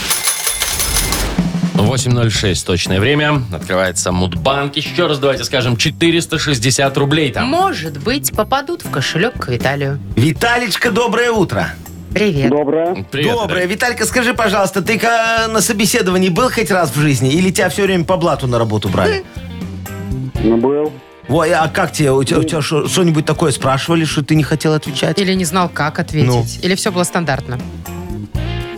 Speaker 2: 8.06 точное время. Открывается Мудбанк. Еще раз давайте скажем 460 рублей там.
Speaker 3: Может быть, попадут в кошелек к Виталию.
Speaker 4: Виталечка, доброе утро.
Speaker 3: Привет.
Speaker 6: Доброе.
Speaker 2: Привет.
Speaker 4: доброе. Виталька, скажи, пожалуйста, ты ка- на собеседовании был хоть раз в жизни, или тебя все время по блату на работу брали?
Speaker 6: Ну, был.
Speaker 4: Ой, а как тебе? У
Speaker 3: Ну.
Speaker 4: тебя, у тебя шо- что-нибудь такое спрашивали, что ты не хотел отвечать?
Speaker 3: Или не знал, как ответить.
Speaker 4: Ну.
Speaker 3: Или все было стандартно.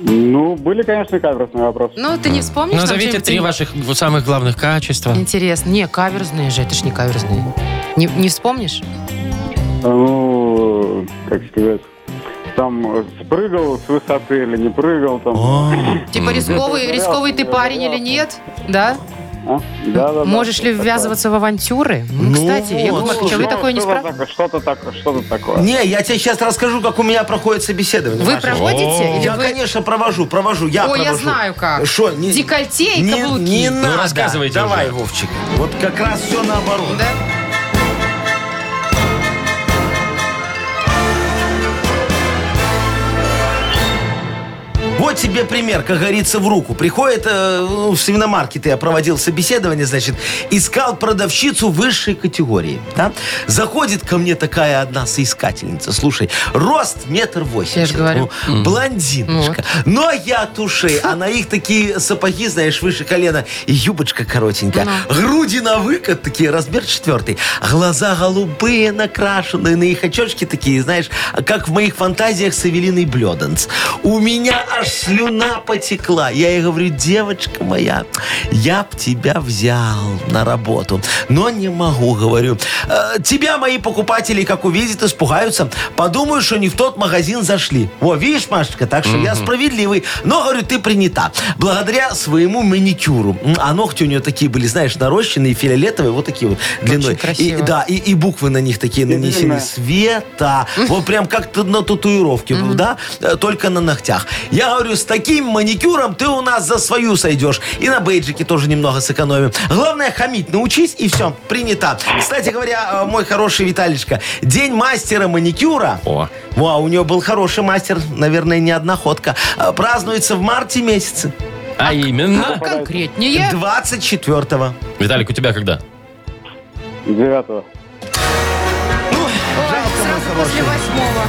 Speaker 6: Ну, были, конечно, каверсные вопросы.
Speaker 3: Ну, ты не вспомнишь? там
Speaker 2: Назовите
Speaker 3: что-нибудь
Speaker 2: три ваших самых главных качества.
Speaker 3: Интересно. Не, каверзные же, это ж не каверзные. Не, не вспомнишь?
Speaker 6: А, Ну, как сказать, там э, спрыгал с высоты или не прыгал, там.
Speaker 4: О,
Speaker 3: Типа рисковый,
Speaker 6: Это
Speaker 3: рисковый ты
Speaker 6: вариант,
Speaker 3: парень или
Speaker 6: вариант.
Speaker 3: нет? Да?
Speaker 6: А? Да, да, да.
Speaker 3: Можешь ли
Speaker 6: Такое.
Speaker 3: ввязываться в авантюры? М,
Speaker 4: Ну
Speaker 3: Кстати, я
Speaker 4: вот,
Speaker 3: Маркович, а
Speaker 4: слушай,
Speaker 3: вы
Speaker 6: Ну,
Speaker 3: такое не
Speaker 6: что-то
Speaker 3: спрашиваете?
Speaker 6: такое, Что-то такое, что-то такое.
Speaker 4: Не, я тебе сейчас расскажу, как у меня проходит собеседование.
Speaker 3: Вы
Speaker 4: Маша.
Speaker 3: проводите?
Speaker 2: О.
Speaker 3: Или
Speaker 4: Я,
Speaker 3: вы...
Speaker 4: конечно, провожу, провожу. Я
Speaker 3: Ой, я
Speaker 4: провожу.
Speaker 3: знаю как.
Speaker 4: Что, не-
Speaker 3: Декольте и
Speaker 4: не,
Speaker 3: каблуки.
Speaker 4: не
Speaker 2: Ну,
Speaker 4: надо.
Speaker 2: рассказывайте
Speaker 4: Давай,
Speaker 2: уже.
Speaker 4: Вовчик. Вот как раз все наоборот.
Speaker 3: Да?
Speaker 4: Вот тебе пример, как говорится, в руку. Приходит э, ну, в свиномаркет, я проводил собеседование, значит, искал продавщицу высшей категории. Да? Заходит ко мне такая одна соискательница. Слушай, рост метр восемьдесят.
Speaker 3: Я ж говорю.
Speaker 4: Ну, блондиночка. Ноги от ушей, а на их такие сапоги, знаешь, выше колена. И юбочка коротенькая. Груди на выкат такие, размер четвертый. Глаза голубые, накрашенные, на их очечки такие, знаешь, как в моих фантазиях с Эвелиной Блёданс. У меня аж слюна потекла. Я ей говорю, девочка моя, я б тебя взял на работу, но не могу, говорю. «Э, Тебя мои покупатели, как увидят, испугаются, подумают, что не в тот магазин зашли. О, видишь, Машечка, так что я справедливый. Но, говорю, ты принята. Благодаря своему маникюру. М, А ногти у нее такие были, знаешь, нарощенные, фиолетовые, вот такие вот длиной.
Speaker 3: красиво.
Speaker 4: И, да, и, и буквы на них такие нанесены.
Speaker 6: Длинная.
Speaker 4: Света. Вот прям как на татуировке, да? Э, Только на ногтях. Я говорю, с таким маникюром ты у нас за свою сойдешь. И на бейджике тоже немного сэкономим. Главное, хамить научись, и все, принята. Кстати говоря, э, мой хороший Виталичка, день мастера маникюра.
Speaker 2: О. а
Speaker 4: Во, у него был хороший мастер, наверное, не одна ходка. э, Празднуется в марте месяце,
Speaker 2: А именно...
Speaker 3: Конкретнее.
Speaker 4: 24-го.
Speaker 2: Виталик, у тебя когда?
Speaker 6: Девятого.
Speaker 3: Ой, сразу после восьмого.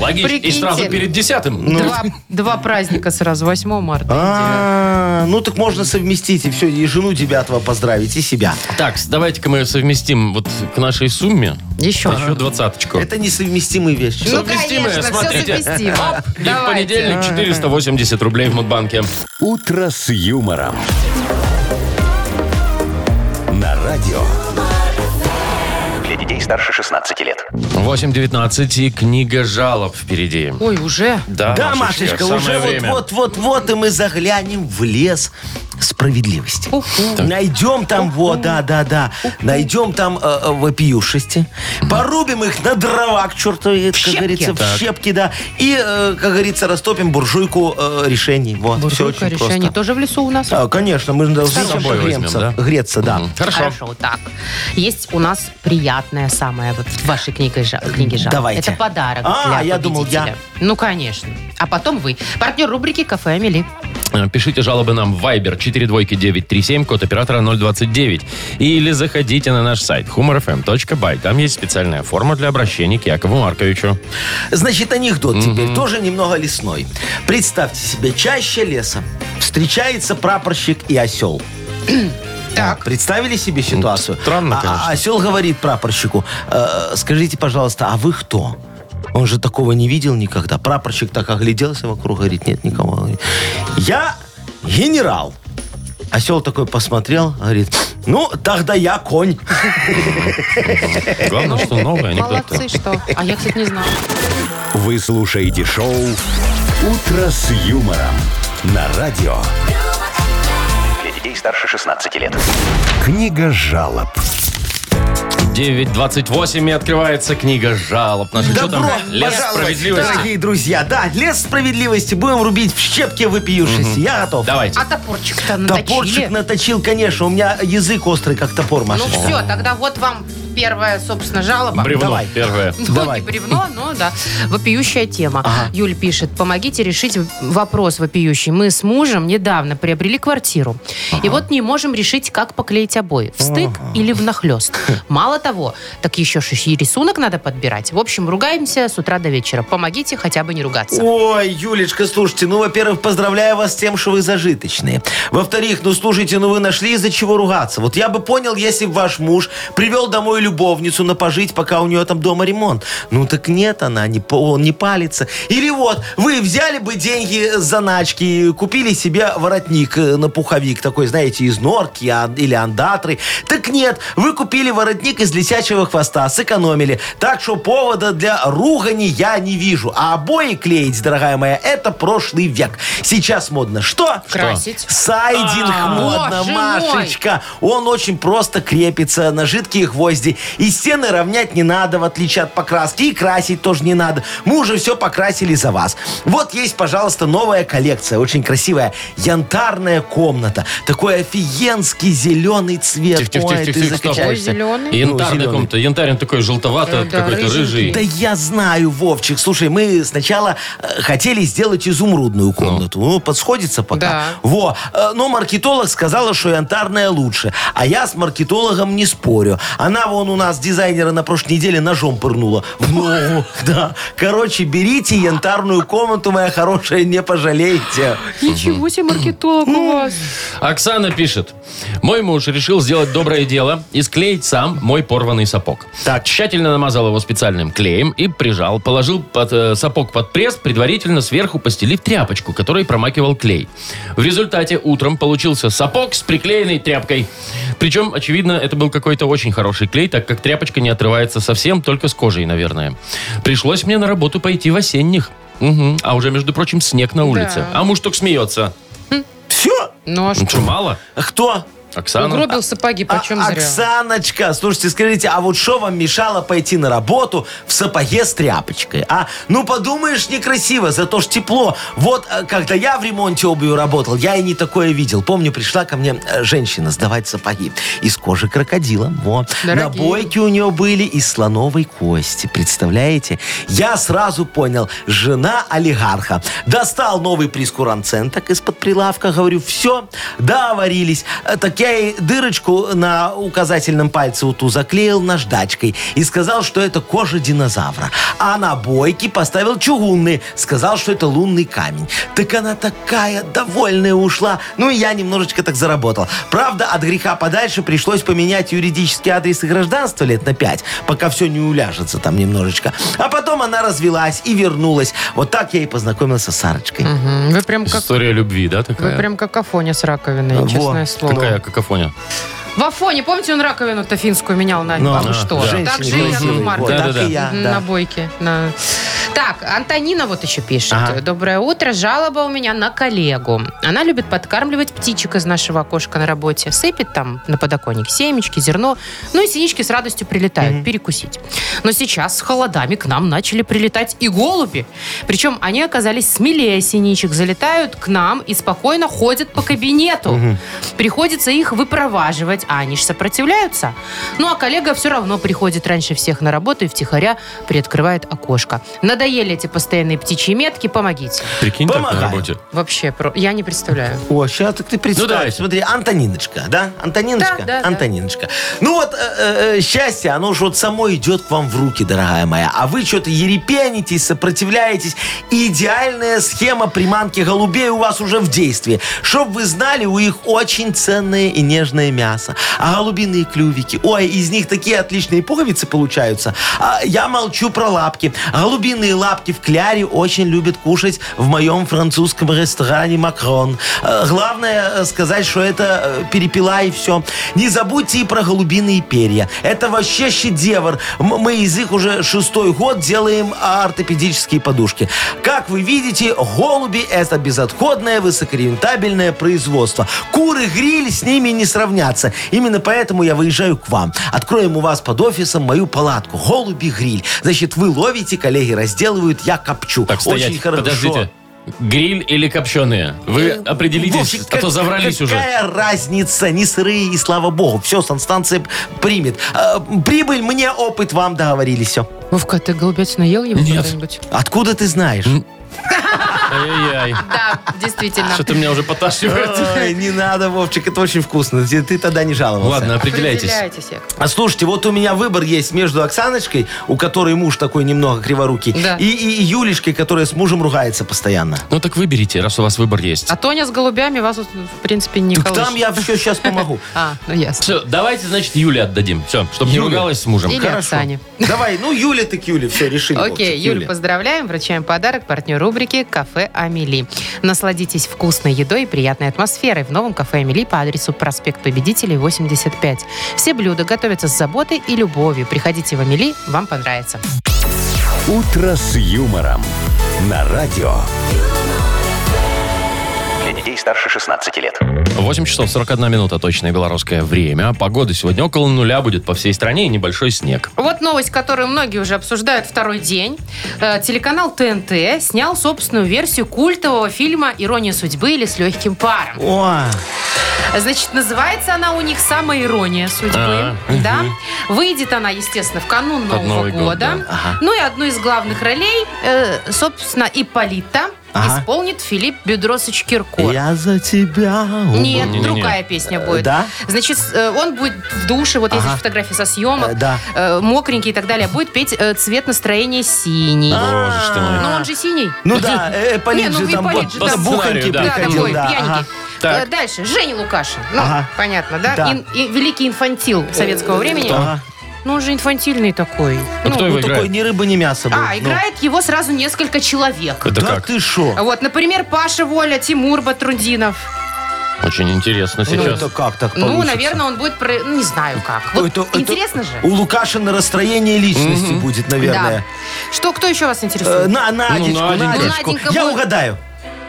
Speaker 2: Логично. И
Speaker 3: Прикиньте.
Speaker 2: сразу перед десятым.
Speaker 4: Ну.
Speaker 3: Два, два праздника сразу, 8 марта.
Speaker 4: А, ну так можно совместить, и все, и жену девятого поздравить, и себя.
Speaker 2: Так, давайте-ка мы совместим вот к нашей сумме
Speaker 4: Ну.
Speaker 3: Еще.
Speaker 2: еще двадцаточку.
Speaker 4: Это несовместимые вещи.
Speaker 3: Ну,
Speaker 2: Совместимое,
Speaker 3: конечно,
Speaker 2: смотрите.
Speaker 3: все совместимо.
Speaker 2: И в
Speaker 3: Давайте.
Speaker 2: понедельник 480 рублей в Мудбанке.
Speaker 1: Утро с юмором. На радио
Speaker 5: Для детей старше 16 лет.
Speaker 2: 8.19 и книга жалоб впереди.
Speaker 3: Ой, уже?
Speaker 4: Да, Машечка, уже
Speaker 2: самое время.
Speaker 4: вот-вот-вот-вот, и мы заглянем в лес, справедливости.
Speaker 3: Уху.
Speaker 4: Найдем там, вот, да, да, да. Найдем там э, э, вопиюшисти. Порубим их на дрова, к черту, как
Speaker 3: щепки.
Speaker 4: говорится, в
Speaker 2: Так.
Speaker 4: щепки, да. И, э, как говорится, растопим буржуйку э, решений. Вот, все
Speaker 3: Буржуйка
Speaker 4: очень
Speaker 3: решение
Speaker 4: просто.
Speaker 3: тоже в лесу у нас.
Speaker 4: А, конечно, мы же должны
Speaker 2: С собой возьмем,
Speaker 4: греться,
Speaker 2: да?
Speaker 4: греться, да.
Speaker 2: Мгм. Хорошо.
Speaker 3: так. Есть у нас приятное самое вот в вашей книге, жа- книге жалоб.
Speaker 4: Давайте.
Speaker 3: Это подарок
Speaker 4: А,
Speaker 3: для
Speaker 4: я думал,
Speaker 3: победителя. Ну, конечно. А потом вы. Партнер рубрики «Кафе Амели».
Speaker 2: Э, Пишите жалобы нам в Viber 42937, код оператора 029. Или заходите на наш сайт humorfm.by. Там есть специальная форма для обращения к Якову Марковичу.
Speaker 4: Значит, анекдот теперь тоже немного лесной. Представьте себе, чаще леса встречается прапорщик
Speaker 2: <clears throat>
Speaker 4: и осел. Так. Представили себе ситуацию?
Speaker 2: Ну, Странно,
Speaker 4: А- а-
Speaker 2: конечно.
Speaker 4: осел говорит прапорщику, «Э, скажите, пожалуйста, а вы кто? Он же такого не видел никогда. Прапорщик так огляделся вокруг, говорит, нет никого. Говорит, Я генерал. Осел такой посмотрел, говорит, ну, тогда я конь.
Speaker 2: Главное, что новое анекдот.
Speaker 3: Молодцы, что. А я, кстати, не знала.
Speaker 1: Вы слушаете шоу «Утро с юмором» на радио.
Speaker 5: Для детей старше 16 лет.
Speaker 1: Книга жалоб.
Speaker 2: 9.28 и открывается книга жалоб. Наша что там?
Speaker 4: Добро
Speaker 2: Лес
Speaker 4: пожаловать,
Speaker 2: справедливости.
Speaker 4: дорогие друзья. Да, лес справедливости. Будем рубить в щепке выпившись. Я готов.
Speaker 2: Давайте.
Speaker 3: А топорчик-то наточили.
Speaker 4: Топорчик наточил, конечно. У меня язык острый, как топор,
Speaker 3: Ну
Speaker 4: Машечка.
Speaker 3: все, тогда вот вам первая, собственно, жалоба.
Speaker 2: Бревно
Speaker 4: давай.
Speaker 2: первое.
Speaker 3: Ну,
Speaker 4: Давай.
Speaker 3: не бревно, но да. Вопиющая тема.
Speaker 4: Ага.
Speaker 3: Юль пишет, помогите решить вопрос вопиющий. Мы с мужем недавно приобрели квартиру. И вот не можем решить, как поклеить обои. В стык или
Speaker 4: <laughs>
Speaker 3: внахлёст. Мало того, так еще ж и рисунок надо подбирать. В общем, ругаемся с утра до вечера. Помогите хотя бы не ругаться.
Speaker 4: Ой, Юлечка, слушайте, ну, во-первых, поздравляю вас с тем, что вы зажиточные. Во-вторых, ну, слушайте, ну, вы нашли из-за чего ругаться. Вот я бы понял, если бы ваш муж привел домой любовницу на пожить, пока у нее там дома ремонт. Ну, так нет, она не, по- он не палится. Или вот, вы взяли бы деньги с заначки, и купили себе воротник э, на пуховик, такой, знаете, из норки а, или андатры. Так нет, вы купили воротник из летячего хвоста, сэкономили. Так что повода для ругани я не вижу. А обои клеить, дорогая моя, это прошлый век. Сейчас модно что?
Speaker 3: Красить.
Speaker 4: Сайдинг
Speaker 3: А,
Speaker 4: модно,
Speaker 3: боже мой.
Speaker 4: Машечка. Он очень просто крепится на жидкие гвозди. И стены равнять не надо, в отличие от покраски. И красить тоже не надо. Мы уже все покрасили за вас. Вот есть, пожалуйста, новая коллекция. Очень красивая. Янтарная комната. Такой офигенский зеленый цвет.
Speaker 2: Тих, тих,
Speaker 4: Ой,
Speaker 2: тих,
Speaker 4: ты
Speaker 2: тих, тих, стоп.
Speaker 3: Ой,
Speaker 4: закачаешься.
Speaker 3: зеленый.
Speaker 2: Янтарный
Speaker 4: зеленый.
Speaker 2: каком-то. Янтарь он такой желтовато,
Speaker 3: Э, да,
Speaker 2: какой-то
Speaker 3: рыженький.
Speaker 2: рыжий.
Speaker 4: Да я знаю, Вовчик. Слушай, мы сначала э, хотели сделать изумрудную комнату. Ну, подсходится пока.
Speaker 3: Да.
Speaker 4: Во. Э, Но маркетолог сказала, что янтарная лучше. А я с маркетологом не спорю. Она вон у нас дизайнера на прошлой неделе ножом пырнула. В ногу. Да. Короче, берите янтарную комнату, моя хорошая, не пожалеете.
Speaker 3: Ничего себе маркетолог
Speaker 4: Ну,
Speaker 3: у вас.
Speaker 2: Оксана пишет. Мой муж решил сделать доброе дело и склеить сам мой порванный сапог.
Speaker 4: Так.
Speaker 2: Тщательно намазал его специальным клеем и прижал. Положил под, э, сапог под пресс, предварительно сверху постелив тряпочку, которой промакивал клей. В результате утром получился сапог с приклеенной тряпкой. Причем, очевидно, это был какой-то очень хороший клей, так как тряпочка не отрывается совсем, только с кожей, наверное. Пришлось мне на работу пойти в осенних. Мгм. А уже, между прочим, снег на улице. А муж только смеется.
Speaker 4: Все?
Speaker 3: Ну а
Speaker 2: Ну что,
Speaker 3: что?
Speaker 2: мало?
Speaker 4: Кто?
Speaker 2: Оксана?
Speaker 3: Угробил сапоги,
Speaker 4: А,
Speaker 3: почем зря.
Speaker 4: Оксаночка, слушайте, скажите, а вот что вам мешало пойти на работу в сапоге с тряпочкой? А, ну подумаешь, некрасиво, зато ж тепло. Вот э, когда я в ремонте обуви работал, я и не такое видел. Помню, пришла ко мне э, женщина сдавать сапоги из кожи крокодила. Вот.
Speaker 3: Дорогие.
Speaker 4: Набойки у нее были из слоновой кости, представляете? Я сразу понял, жена олигарха. Достал новый прескуранценток из-под прилавка, говорю, все, договорились. Э, Так я ей дырочку на указательном пальце вот ту заклеил наждачкой и сказал, что это кожа динозавра. А на бойки поставил чугунные, сказал, что это лунный камень. Так она такая довольная ушла. Ну и я немножечко так заработал. Правда, от греха подальше пришлось поменять юридический адрес и гражданство лет на пять, пока все не уляжется там немножечко. А потом она развелась и вернулась. Вот так я и познакомился с Сарочкой.
Speaker 3: Мгм. Вы прям Ну, как
Speaker 2: История любви, да, такая?
Speaker 3: Вы прям как Афоня с раковиной,
Speaker 4: Во.
Speaker 3: честное слово.
Speaker 2: Какая какофония?
Speaker 3: В Афоне, помните, он раковину-то финскую менял на...
Speaker 4: Ну,
Speaker 3: а вы
Speaker 4: да.
Speaker 3: что?
Speaker 4: Женщине
Speaker 3: Так же и Яков
Speaker 4: красивой.
Speaker 3: Маркович.
Speaker 4: Вот,
Speaker 2: Да,
Speaker 4: так
Speaker 2: да,
Speaker 4: и
Speaker 2: да.
Speaker 4: я,
Speaker 3: Мгм,
Speaker 4: да.
Speaker 3: На бойке. На... Так, Антонина вот еще пишет.
Speaker 4: Ага.
Speaker 3: Доброе утро. Жалоба у меня на коллегу. Она любит подкармливать птичек из нашего окошка на работе. Сыпет там на подоконник семечки, зерно. Ну и синички с радостью прилетают перекусить. Но сейчас с холодами к нам начали прилетать и голуби. Причем они оказались смелее синичек. Залетают к нам и спокойно ходят по кабинету. Приходится их выпроваживать, а они же сопротивляются. Ну а коллега все равно приходит раньше всех на работу и втихаря приоткрывает окошко. Надоели эти постоянные птичьи метки, помогите.
Speaker 2: Прикинь, так на
Speaker 4: Помогаю.
Speaker 2: работе.
Speaker 3: Вообще, про... я не представляю.
Speaker 4: О, сейчас так ты представь.
Speaker 2: Ну, давайте.
Speaker 4: Смотри, Антониночка, да? Антониночка?
Speaker 3: Да, да, да.
Speaker 4: Антониночка. Ну вот, э, э, счастье, оно же вот само идет к вам в руки, дорогая моя. А вы что-то ерепенитесь, сопротивляетесь. Идеальная схема приманки голубей у вас уже в действии. Чтоб вы знали, у их очень ценное и нежное мясо. А голубиные клювики, ой, из них такие отличные пуговицы получаются. А я молчу про лапки. Голубиные лапки в кляре очень любят кушать в моем французском ресторане «Макрон». Э, Главное э, сказать, что это э, перепела и все. Не забудьте и про голубиные перья. Это вообще шедевр. М- Мы из них уже шестой год делаем ортопедические подушки. Как вы видите, голуби – это безотходное, высокорентабельное производство. Куры, гриль с ними не сравнятся. Именно поэтому я выезжаю к вам. Откроем у вас под офисом мою палатку. Голуби, гриль. Значит, вы ловите, коллеги разделывают, я копчу.
Speaker 2: Так, стоять,
Speaker 4: Очень хорошо.
Speaker 2: подождите. Гриль или копченые? Вы определитесь,
Speaker 4: Вовчик,
Speaker 2: а то
Speaker 4: как-
Speaker 2: заврались уже.
Speaker 4: Какая разница, не сырые и слава богу. Все, санстанция п- примет. А, прибыль мне, опыт вам, договорились, все.
Speaker 3: Вовка, ты голубец наел его
Speaker 2: Нет.
Speaker 3: когда-нибудь?
Speaker 4: Откуда ты знаешь?
Speaker 2: Ай-яй-яй.
Speaker 3: Да, действительно.
Speaker 2: Что-то меня уже поташнивает.
Speaker 4: Ой, не надо, Вовчик, это очень вкусно. Ты, ты тогда не жаловался.
Speaker 2: Ладно, определяйтесь.
Speaker 3: Яков.
Speaker 4: А слушайте, вот у меня выбор есть между Оксаночкой, у которой муж такой немного криворукий,
Speaker 3: Да.
Speaker 4: и, и Юлечкой, которая с мужем ругается постоянно.
Speaker 2: Ну так выберите, раз у вас выбор есть.
Speaker 3: А Тоня с голубями вас, вот, в принципе, не
Speaker 4: Так
Speaker 3: колышет.
Speaker 4: там я все
Speaker 3: <laughs>
Speaker 4: сейчас помогу.
Speaker 3: А, ну ясно.
Speaker 2: Все, давайте, значит, Юле отдадим. Все, чтобы не
Speaker 4: Юле.
Speaker 2: ругалась с мужем.
Speaker 3: Или Оксане.
Speaker 4: <laughs> Давай, ну Юля так Юля, все, решили.
Speaker 3: Окей,
Speaker 4: Вовчик,
Speaker 3: Юль, поздравляем, вручаем подарок партнер рубрики «Кафе Амели». Насладитесь вкусной едой и приятной атмосферой в новом «Кафе Амели» по адресу проспект Победителей, 85. Все блюда готовятся с заботой и любовью. Приходите в Амели, вам понравится.
Speaker 1: «Утро с юмором» на радио.
Speaker 5: Для детей старше 16 лет.
Speaker 2: 8 часов 41 минута, точное белорусское время. Погода сегодня около нуля будет по всей стране и небольшой снег.
Speaker 3: Вот новость, которую многие уже обсуждают второй день. Э, Телеканал ТНТ снял собственную версию культового фильма «Ирония судьбы» или «С легким паром».
Speaker 4: О,
Speaker 3: Значит, называется она у них «Самая ирония судьбы».
Speaker 2: А,
Speaker 3: да? Выйдет она, естественно, в канун
Speaker 2: Под
Speaker 3: Нового
Speaker 2: Новый год,
Speaker 3: года.
Speaker 2: да.
Speaker 4: Ага.
Speaker 3: Ну и одну из главных ролей, э, собственно, Ипполита
Speaker 4: Ага.
Speaker 3: исполнит Филипп Бедросович Киркор.
Speaker 4: я за тебя.
Speaker 3: Нет,
Speaker 2: Не-не-не.
Speaker 3: другая песня будет.
Speaker 4: Да?
Speaker 3: Значит, с- э, он будет в душе, вот есть
Speaker 4: Ага.
Speaker 3: фотографии со съемок,
Speaker 4: Э, да.
Speaker 3: э, мокренький и так далее, будет петь э, цвет настроения синий.
Speaker 2: Боже ж ты мой.
Speaker 3: Но он же синий.
Speaker 4: Ну да, э, Полин
Speaker 3: Не, ну
Speaker 4: же
Speaker 3: и
Speaker 4: там
Speaker 3: Полин
Speaker 4: бу-
Speaker 3: же
Speaker 4: по
Speaker 3: там-
Speaker 4: бухоньке
Speaker 2: Да,
Speaker 3: Да,
Speaker 4: приходил.
Speaker 3: такой,
Speaker 4: да,
Speaker 3: пьяненький.
Speaker 4: ага.
Speaker 2: Так.
Speaker 3: Э, Дальше, Женя Лукашин. Ну,
Speaker 4: Ага.
Speaker 3: понятно, да?
Speaker 4: Да.
Speaker 3: Ин- и великий инфантил советского времени.
Speaker 4: Ага.
Speaker 3: Ну, он же инфантильный такой.
Speaker 2: А кто его
Speaker 4: А, Ну такой
Speaker 2: играет?
Speaker 4: ни рыба, ни мясо был.
Speaker 3: А,
Speaker 4: Ну.
Speaker 3: играет его сразу несколько человек.
Speaker 2: Это
Speaker 4: Да
Speaker 2: как?
Speaker 4: ты шо?
Speaker 3: Вот, например, Паша Воля, Тимур Батрудинов.
Speaker 2: Очень интересно
Speaker 4: Ну
Speaker 2: сейчас.
Speaker 4: это как так
Speaker 3: Ну,
Speaker 4: получится?
Speaker 3: наверное, он будет про... ну, не знаю как.
Speaker 4: Ну,
Speaker 3: Вот
Speaker 4: это- это
Speaker 3: интересно же.
Speaker 4: У Лукашина расстроение личности будет, наверное.
Speaker 3: Да. Что, кто еще вас
Speaker 4: Э,
Speaker 3: интересует?
Speaker 4: На Надечку,
Speaker 2: Ну, Наденька.
Speaker 4: Надечку.
Speaker 3: Наденька
Speaker 4: Я
Speaker 3: будет.
Speaker 4: угадаю.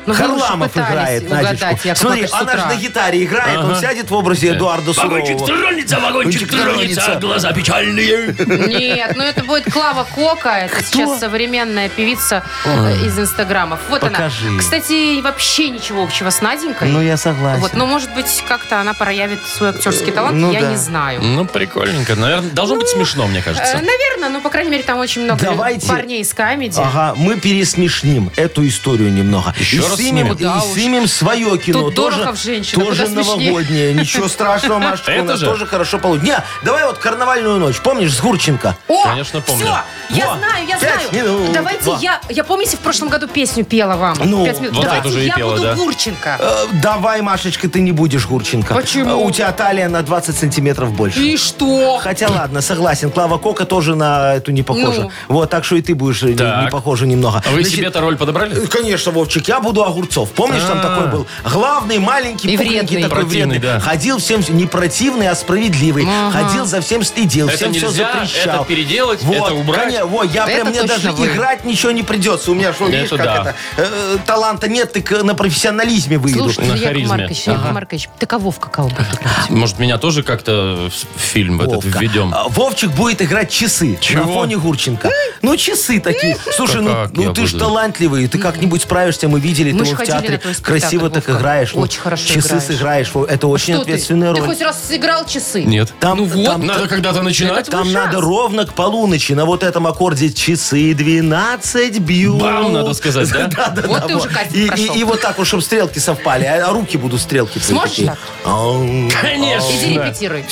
Speaker 3: Ну, вы уже
Speaker 4: Харламов
Speaker 3: пытались
Speaker 4: играет
Speaker 3: угадать,
Speaker 4: Надечку.
Speaker 3: Яков
Speaker 4: Смотри,
Speaker 3: Маркович, с
Speaker 4: она же
Speaker 3: утра.
Speaker 4: на гитаре играет, он
Speaker 2: Ага.
Speaker 4: сядет в образе Эдуарда Сурового.
Speaker 2: тронется, А
Speaker 4: Вагончик тронется.
Speaker 2: глаза печальные.
Speaker 3: Нет, ну это будет Клава Кока. Это сейчас современная певица э, из инстаграмов. Вот
Speaker 4: Покажи.
Speaker 3: она. Кстати, вообще ничего общего с Наденькой.
Speaker 4: Ну, я согласен.
Speaker 3: Вот, но может быть как-то она проявит свой актерский талант,
Speaker 4: ну
Speaker 3: я
Speaker 4: да.
Speaker 3: не знаю.
Speaker 2: Ну, прикольненько. Наверное, должно быть смешно, мне кажется.
Speaker 3: наверное, ну, по крайней мере, там очень много
Speaker 4: Давайте.
Speaker 3: парней из камеди.
Speaker 4: Ага, мы пересмешним эту историю немного.
Speaker 2: Еще
Speaker 4: и
Speaker 2: раз
Speaker 4: снимем,
Speaker 2: снимем?
Speaker 4: и
Speaker 3: Да уж.
Speaker 4: снимем свое кино.
Speaker 3: Тут
Speaker 4: тоже,
Speaker 3: Дорохов женщина,
Speaker 4: Тоже
Speaker 3: куда смешнее.
Speaker 4: новогоднее.
Speaker 3: <laughs>
Speaker 4: Ничего страшного, Машечка,
Speaker 2: Это
Speaker 4: у нас
Speaker 2: же.
Speaker 4: тоже хорошо получится. Не, давай вот карнавальную ночь. Помнишь, с Гурченко?
Speaker 3: О,
Speaker 2: Конечно, помню.
Speaker 3: Все, я
Speaker 4: Во,
Speaker 3: знаю, я
Speaker 4: пять
Speaker 3: знаю.
Speaker 4: минут,
Speaker 3: Давайте
Speaker 4: во.
Speaker 3: я, я помните, в прошлом году песню пела вам.
Speaker 4: Ну,
Speaker 3: Пять минут.
Speaker 2: вот
Speaker 3: Давайте
Speaker 2: эту же и
Speaker 3: я
Speaker 2: пела,
Speaker 3: буду
Speaker 2: да.
Speaker 3: Гурченко.
Speaker 4: Э, Давай, Машечка, ты не будешь Гурченко.
Speaker 3: Почему?
Speaker 4: Э, У тебя талия на 20 сантиметров больше.
Speaker 3: И что?
Speaker 4: Хотя ладно, согласен, Клава Кока тоже на эту не похожа.
Speaker 3: Ну.
Speaker 4: Вот, так что и ты будешь э, не- не,
Speaker 2: Так.
Speaker 4: похожа немного.
Speaker 2: А Вы
Speaker 4: Значит,
Speaker 2: себе-то роль подобрали?
Speaker 4: э, Конечно, Вовчик, я буду огурцов. Помнишь, там
Speaker 2: А.
Speaker 4: такой был главный, маленький,
Speaker 3: И
Speaker 4: пухленький
Speaker 3: вредный.
Speaker 4: такой
Speaker 2: Противный,
Speaker 4: вредный.
Speaker 2: да.
Speaker 4: Ходил всем, не противный, а справедливый. Ходил, за всем следил,
Speaker 2: Это
Speaker 4: всем все
Speaker 2: нельзя,
Speaker 4: запрещал.
Speaker 2: это переделать, это убрать.
Speaker 4: коне- во, я
Speaker 3: Да
Speaker 4: прям,
Speaker 3: это
Speaker 4: мне
Speaker 3: точно
Speaker 4: даже
Speaker 3: вы.
Speaker 4: играть ничего не придется. У меня, что, видишь,
Speaker 2: Это
Speaker 4: как
Speaker 2: да.
Speaker 4: это, э, таланта нет, так э, на профессионализме выйду.
Speaker 3: Слушайте,
Speaker 2: на
Speaker 3: ну, Яков
Speaker 2: харизме.
Speaker 3: Маркович, Яков
Speaker 2: Ага.
Speaker 3: Маркович, ты кого в какао будет играть?
Speaker 2: Может, меня тоже как-то в фильм этот
Speaker 4: Вовка.
Speaker 2: введем?
Speaker 4: А, Вовчик будет играть часы
Speaker 2: Чего? Э?
Speaker 4: на фоне Гурченко. Ну, часы такие. Слушай, ну,
Speaker 2: Как
Speaker 4: ну
Speaker 2: я
Speaker 4: ты
Speaker 2: буду?
Speaker 4: ж талантливый, ты как-нибудь справишься, мы видели,
Speaker 3: Мы
Speaker 4: ты
Speaker 3: ж
Speaker 4: вот в
Speaker 3: ходили на
Speaker 4: театре
Speaker 3: твой спектакль,
Speaker 4: красиво так
Speaker 3: Вовка.
Speaker 4: играю.
Speaker 3: Очень хорошо
Speaker 4: Часы
Speaker 3: играешь. Ну
Speaker 4: сыграешь, Вов, это очень
Speaker 3: Что ты?
Speaker 4: ответственная
Speaker 3: Ты
Speaker 4: роль.
Speaker 3: хоть раз сыграл часы?
Speaker 2: Нет.
Speaker 4: Там-
Speaker 2: ну вот,
Speaker 4: там-
Speaker 2: надо когда-то начинать.
Speaker 3: Это
Speaker 4: Там
Speaker 3: Твой
Speaker 4: надо
Speaker 3: шанс.
Speaker 4: ровно к полуночи на вот этом аккорде часы 12 бьют.
Speaker 2: Бам, надо сказать,
Speaker 4: <laughs>
Speaker 2: да?
Speaker 4: Да-да-да,
Speaker 3: Вот ты уже кастинг
Speaker 4: И- и-
Speaker 3: прошел.
Speaker 4: И вот так вот, чтобы стрелки совпали, а а руки будут стрелки. твои
Speaker 3: Сможешь
Speaker 4: такие.
Speaker 3: так? <laughs>
Speaker 4: Ау.
Speaker 3: Иди
Speaker 2: Конечно.
Speaker 3: репетируй.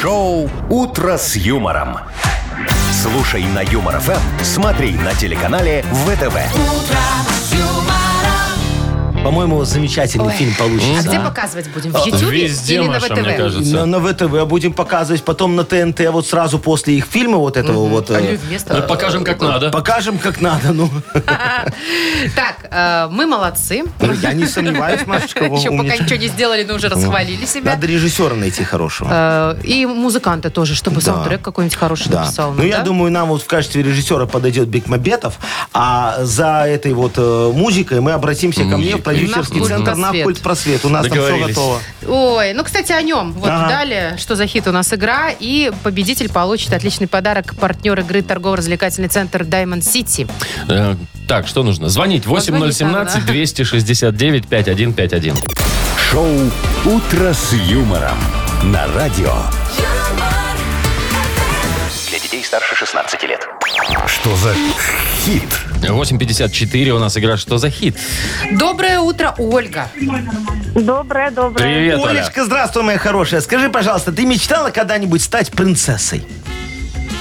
Speaker 1: Шоу «Утро с юмором». Слушай на Юмор ФМ, смотри на телеканале ВТВ.
Speaker 4: По-моему, замечательный фильм получится.
Speaker 3: А где
Speaker 4: а?
Speaker 3: показывать будем? В Ютьюбе
Speaker 2: Везде,
Speaker 3: или на
Speaker 2: Маша, мне
Speaker 3: ВТВ?
Speaker 2: кажется.
Speaker 4: На, на ВТВ будем показывать, потом на ТНТ, а вот сразу после их фильма вот этого вот. э,
Speaker 3: А люди вместо-
Speaker 2: Ну, покажем, как надо.
Speaker 4: Покажем, как надо, ну.
Speaker 3: Так, э, мы молодцы.
Speaker 4: Ну, Я не сомневаюсь, Машечка, вы
Speaker 3: Еще пока
Speaker 4: умничка.
Speaker 3: ничего не сделали, но уже расхвалили себя.
Speaker 4: Надо режиссера найти хорошего.
Speaker 3: Э, И музыканта тоже, чтобы саундтрек какой-нибудь хороший
Speaker 4: Да.
Speaker 3: написал.
Speaker 4: Ну, я
Speaker 3: да?
Speaker 4: думаю, нам вот в качестве режиссера подойдет Бекмабетов, а за этой вот э, музыкой мы обратимся ко мне в
Speaker 2: Музыкой.
Speaker 4: продюсерский
Speaker 3: Навкульт
Speaker 4: центр
Speaker 3: Просвет.
Speaker 4: Навкульт Просвет. У нас там все
Speaker 2: Договорились.
Speaker 4: готово.
Speaker 3: Ой, ну, кстати, о нем. Вот
Speaker 4: Ага.
Speaker 3: далее, что за хит у нас игра. И победитель получит отличный подарок. Партнер игры торгово-развлекательный центр Diamond City.
Speaker 2: Э, Так, что нужно? Звонить
Speaker 3: Позвонить
Speaker 2: 8017
Speaker 3: надо.
Speaker 2: 269 5151.
Speaker 1: Шоу «Утро с юмором» на радио.
Speaker 5: Для детей старше 16 лет.
Speaker 1: Что за хит?
Speaker 2: 854 у нас игра «Что за хит?».
Speaker 3: Доброе утро, Ольга.
Speaker 8: Доброе, доброе.
Speaker 2: Привет, Оля.
Speaker 4: Олечка, здравствуй, моя хорошая. Скажи, пожалуйста, ты мечтала когда-нибудь стать принцессой?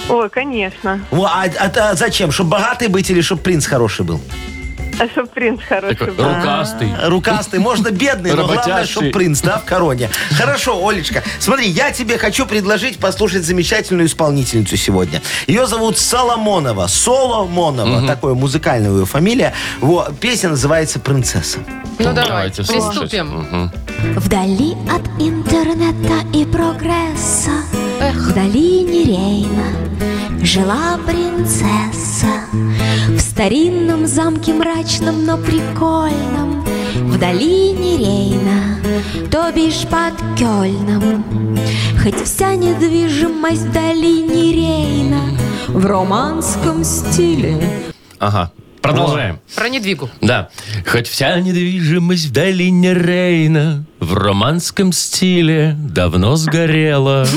Speaker 8: Ой, конечно.
Speaker 4: Во, А, а- а зачем? Чтобы богатый быть или чтобы принц хороший был?
Speaker 8: А что принц
Speaker 2: Такой
Speaker 8: хороший был.
Speaker 2: рукастый.
Speaker 4: Рукастый, можно бедный, но главное,
Speaker 2: Работящий.
Speaker 4: чтобы принц, да, в короне. Хорошо, Олечка, смотри, я тебе хочу предложить послушать замечательную исполнительницу сегодня. Ее зовут Соломонова. Соломонова, такое музыкальная ее фамилия. Во, песня называется «Принцесса».
Speaker 3: Ну, давай,
Speaker 2: Давайте слушать.
Speaker 3: приступим.
Speaker 2: Мгм.
Speaker 7: Вдали от интернета и прогресса В долине Рейна жила принцесса В старинном замке мрачном, но прикольном В долине Рейна, то бишь под Кёльном Хоть вся недвижимость в долине Рейна В романском стиле
Speaker 2: Ага. Продолжаем.
Speaker 3: Про недвигу.
Speaker 2: Да. Хоть вся недвижимость в долине Рейна в романском стиле давно сгорела.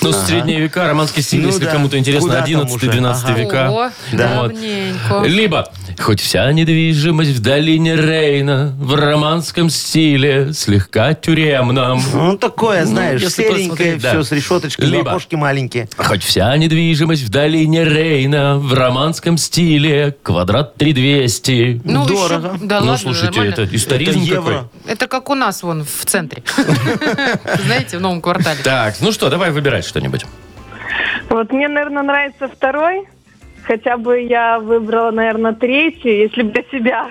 Speaker 2: Ну, с средние века, романский стиль,
Speaker 4: Ну
Speaker 2: если
Speaker 4: да.
Speaker 2: кому-то интересно,
Speaker 4: Куда там
Speaker 2: 11-12
Speaker 4: уже?
Speaker 3: О,
Speaker 2: века. Вот.
Speaker 3: давненько.
Speaker 2: Либо хоть вся недвижимость в долине Рейна в романском стиле, слегка тюремном.
Speaker 4: Ну, такое, знаешь,
Speaker 2: если
Speaker 4: серенькое,
Speaker 2: посмотреть, да.
Speaker 4: все с решеточкой,
Speaker 2: Либо-
Speaker 4: окошки маленькие.
Speaker 2: Хоть вся недвижимость в долине Рейна в романском стиле, квадрат 3200.
Speaker 3: Ну,
Speaker 4: Дорого.
Speaker 3: еще- да
Speaker 2: ну,
Speaker 3: ладно,
Speaker 2: слушайте,
Speaker 3: нормально.
Speaker 2: это историзм
Speaker 4: Это евро.
Speaker 2: какой.
Speaker 3: Это как у нас вон в центре. <laughs> Знаете, в новом квартале.
Speaker 2: Так, ну что, давай выбирать что-нибудь.
Speaker 8: Вот мне, наверное, нравится второй. Хотя бы я выбрала, наверное, третий, если бы для себя.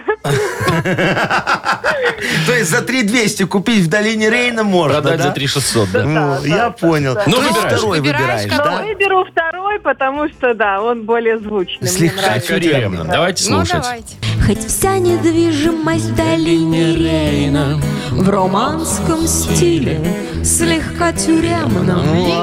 Speaker 4: То есть за 3200 купить в долине Рейна можно,
Speaker 2: Продать
Speaker 4: да?
Speaker 2: за 3600, да.
Speaker 8: Да.
Speaker 4: Ну, я понял.
Speaker 8: да.
Speaker 2: Ну,
Speaker 4: То есть
Speaker 2: выбираешь.
Speaker 4: второй
Speaker 3: Выбираешь,
Speaker 4: выбираешь,
Speaker 8: <laughs> Но
Speaker 4: да?
Speaker 8: выберу второй, потому что, да, он более звучный. мне
Speaker 4: Слегка
Speaker 8: нравится.
Speaker 2: Слегка тюремным. Давайте
Speaker 3: Ну,
Speaker 2: слушать.
Speaker 3: давайте.
Speaker 7: Хоть вся недвижимость в долине Рейна В романском стиле, слегка тюремном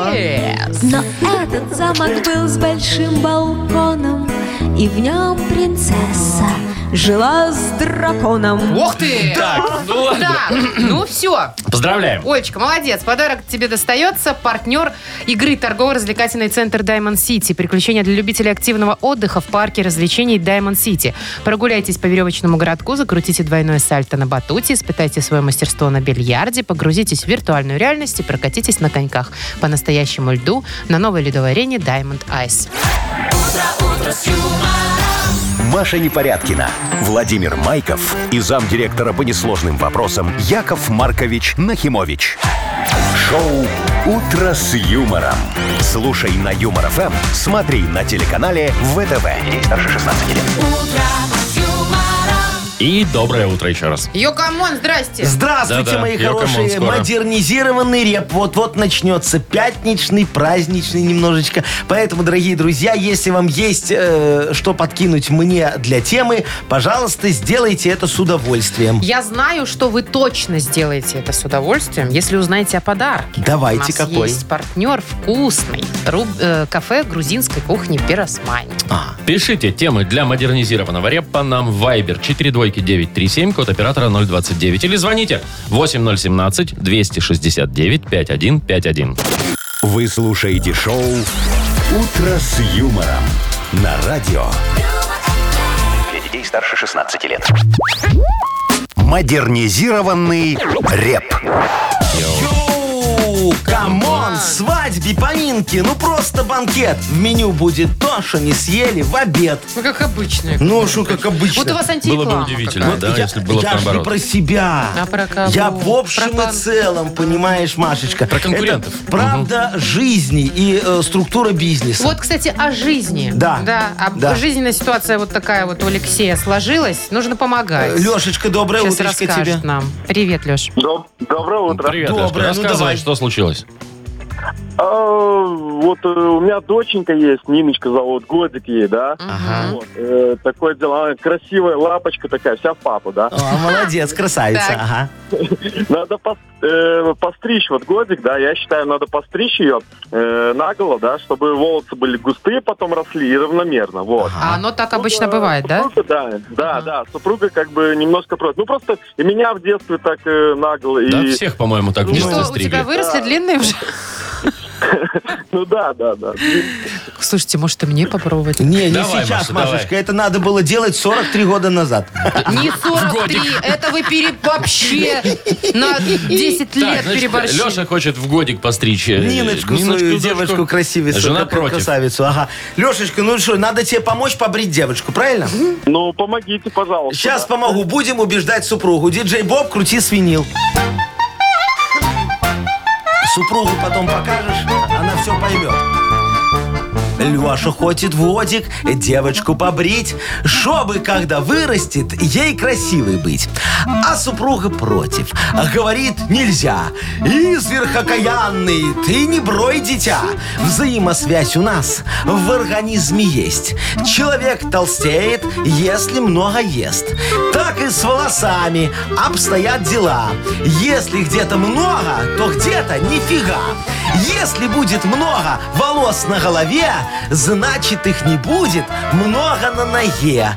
Speaker 3: Yes.
Speaker 7: Но этот замок был с большим балконом И в нем принцесса жила с драконом
Speaker 3: Ух ты!
Speaker 2: Так, ну ладно.
Speaker 3: Да, ну все.
Speaker 2: Поздравляем.
Speaker 3: Олечка, молодец. Подарок тебе достается. Партнер игры торгово-развлекательный центр Diamond City. Приключения для любителей активного отдыха в парке развлечений Diamond City. Прогуляйтесь по веревочному городку, закрутите двойное сальто на батуте, испытайте свое мастерство на бильярде, погрузитесь в виртуальную реальность и прокатитесь на коньках по настоящему льду на новой ледовой арене Diamond Ice.
Speaker 1: Маша Непорядкина, Владимир Майков и замдиректора по несложным вопросам Яков Маркович Нахимович. Шоу «Утро с юмором». Слушай на Юмор ФМ, смотри на телеканале ВТВ. Здесь старше 16 лет.
Speaker 2: И доброе утро еще раз.
Speaker 3: Йокамон, здрасте.
Speaker 4: Здравствуйте,
Speaker 2: Да-да,
Speaker 4: мои
Speaker 2: Йоко Мон
Speaker 4: хорошие.
Speaker 2: скоро.
Speaker 4: Модернизированный реп. Вот-вот начнется. Пятничный, праздничный немножечко. Поэтому, дорогие друзья, если вам есть э, что подкинуть мне для темы, пожалуйста, сделайте это с удовольствием.
Speaker 3: Я знаю, что вы точно сделаете это с удовольствием, если узнаете о подарке. У
Speaker 4: Давайте,
Speaker 3: нас
Speaker 4: какой?
Speaker 3: есть партнер вкусный. Руб- э, кафе грузинской кухни «Пиросмани».
Speaker 4: А.
Speaker 2: Пишите темы для модернизированного репа нам в Viber 42937, код оператора 029. Или звоните 8017-269-5151.
Speaker 1: Вы слушаете шоу «Утро с юмором» на радио.
Speaker 5: Для детей старше 16 лет.
Speaker 1: Модернизированный реп.
Speaker 4: Йоу, камон, свадьбе, поминки, ну просто банкет. В меню будет то, что не съели в обед.
Speaker 3: Ну, как обычно.
Speaker 4: Ну, что как обычно.
Speaker 3: Вот у вас
Speaker 2: Было
Speaker 3: антиреклама
Speaker 2: бы удивительно,
Speaker 3: какая-то.
Speaker 2: да, если бы было бы
Speaker 4: я ж не
Speaker 2: наоборот.
Speaker 4: про себя.
Speaker 3: А про кого?
Speaker 4: Я в общем
Speaker 3: Про
Speaker 4: и целом, понимаешь, Машечка.
Speaker 2: Про конкурентов.
Speaker 4: Это правда жизни и э, структура бизнеса.
Speaker 3: Вот, кстати, о жизни.
Speaker 4: Да.
Speaker 3: Да, а
Speaker 4: Да.
Speaker 3: жизненная ситуация вот такая вот у Алексея сложилась. Нужно
Speaker 4: Э,
Speaker 3: помогать.
Speaker 4: Лешечка, доброе
Speaker 3: Сейчас
Speaker 4: утречко
Speaker 3: расскажет
Speaker 4: тебе.
Speaker 3: нам. Привет, Леш.
Speaker 6: Доброе утро.
Speaker 2: Привет,
Speaker 4: Доброе,
Speaker 2: Лешка.
Speaker 4: ну
Speaker 2: Рассказывай,
Speaker 4: давай.
Speaker 2: что случилось.
Speaker 6: А, вот э, у меня доченька есть, Ниночка зовут, годик ей, да?
Speaker 3: А?
Speaker 4: Ага.
Speaker 6: Вот, э, такое дело, она красивая лапочка такая, вся в папу, да?
Speaker 4: А, молодец, красавица.
Speaker 3: Так.
Speaker 4: Ага.
Speaker 6: Надо пос- э, постричь вот годик, да, я считаю, надо постричь ее э, наголо, да, чтобы волосы были густые, потом росли и равномерно, вот.
Speaker 3: А оно так обычно
Speaker 6: Ну, э,
Speaker 3: бывает, да?
Speaker 6: супруга, да? Да,
Speaker 3: Ага.
Speaker 6: да, супруга как бы немножко против. Ну, просто и меня в детстве так э, нагло,
Speaker 2: Да,
Speaker 6: и...
Speaker 2: всех, по-моему, так
Speaker 6: Ну,
Speaker 3: И
Speaker 2: вниз
Speaker 3: что, у тебя
Speaker 2: стригли.
Speaker 3: выросли
Speaker 6: Да.
Speaker 3: длинные уже?
Speaker 6: Ну, да, да, да.
Speaker 3: Слушайте, может, и мне попробовать?
Speaker 4: Не, не
Speaker 2: Давай,
Speaker 4: сейчас,
Speaker 2: Маша, давай.
Speaker 4: Машечка. Это надо было делать 43 года назад.
Speaker 3: Не 43, это вы пере... вообще на 10 лет переборщили.
Speaker 2: Леша хочет в годик постричь. э,
Speaker 4: Ниночку, свою
Speaker 2: Ниночку,
Speaker 4: девочку
Speaker 2: дочку.
Speaker 4: красивицу.
Speaker 2: Жена
Speaker 4: как-
Speaker 2: против.
Speaker 4: Красавицу, ага. Лешечка, ну что, надо тебе помочь побрить девочку, правильно?
Speaker 6: Ну, помогите, пожалуйста.
Speaker 4: Сейчас
Speaker 6: да.
Speaker 4: помогу. Будем убеждать супругу. Диджей Боб, крути свинил. Супругу потом покажешь, она все поймет. Леша хочет водик, девочку побрить, чтобы, когда вырастет, ей красивой быть. А супруга против, а говорит нельзя. Изверх окаянный, ты не брой дитя. Взаимосвязь у нас в организме есть. Человек толстеет, если много ест. Так и с волосами обстоят дела. Если где-то много, то где-то нифига. Если будет много волос на голове, значит их не будет много на ноге.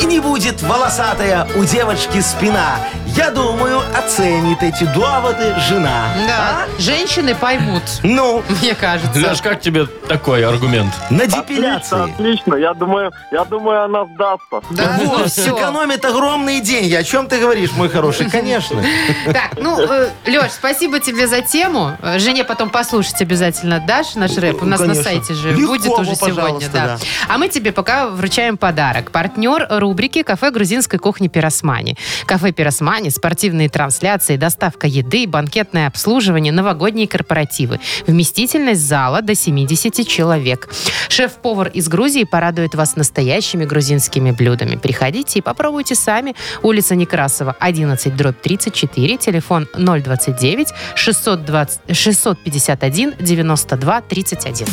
Speaker 4: И не будет волосатая у девочки спина. Я думаю, оценит эти доводы жена.
Speaker 3: Да, А? женщины поймут,
Speaker 4: А? Ну,
Speaker 3: мне кажется.
Speaker 2: Леш, как тебе такой аргумент?
Speaker 4: на
Speaker 6: Отлично,
Speaker 4: депиляции.
Speaker 6: отлично. Я думаю, я думаю, она сдастся.
Speaker 3: Да, ну
Speaker 4: Вот,
Speaker 3: все.
Speaker 4: экономит огромные деньги. О чем ты говоришь, мой хороший? Конечно.
Speaker 3: Так, ну, Леш, спасибо тебе за тему. Э, Жене потом послушать обязательно дашь наш рэп. У нас на
Speaker 4: Конечно.
Speaker 3: сайте же
Speaker 4: Легко
Speaker 3: будет
Speaker 4: бы,
Speaker 3: уже сегодня.
Speaker 4: пожалуйста,
Speaker 3: Да.
Speaker 4: да.
Speaker 3: А мы тебе пока вручаем подарок. Партнер рубрики «Кафе грузинской кухни Пиросмани». Кафе Пиросмани, спортивные трансляции, доставка еды, банкетное обслуживание, новогодние корпоративы. Вместительность зала до 70 человек. Шеф-повар из Грузии порадует вас настоящими грузинскими блюдами. Приходите и попробуйте сами. Улица Некрасова, 11, дробь 34, телефон 029 620, 651 92 31.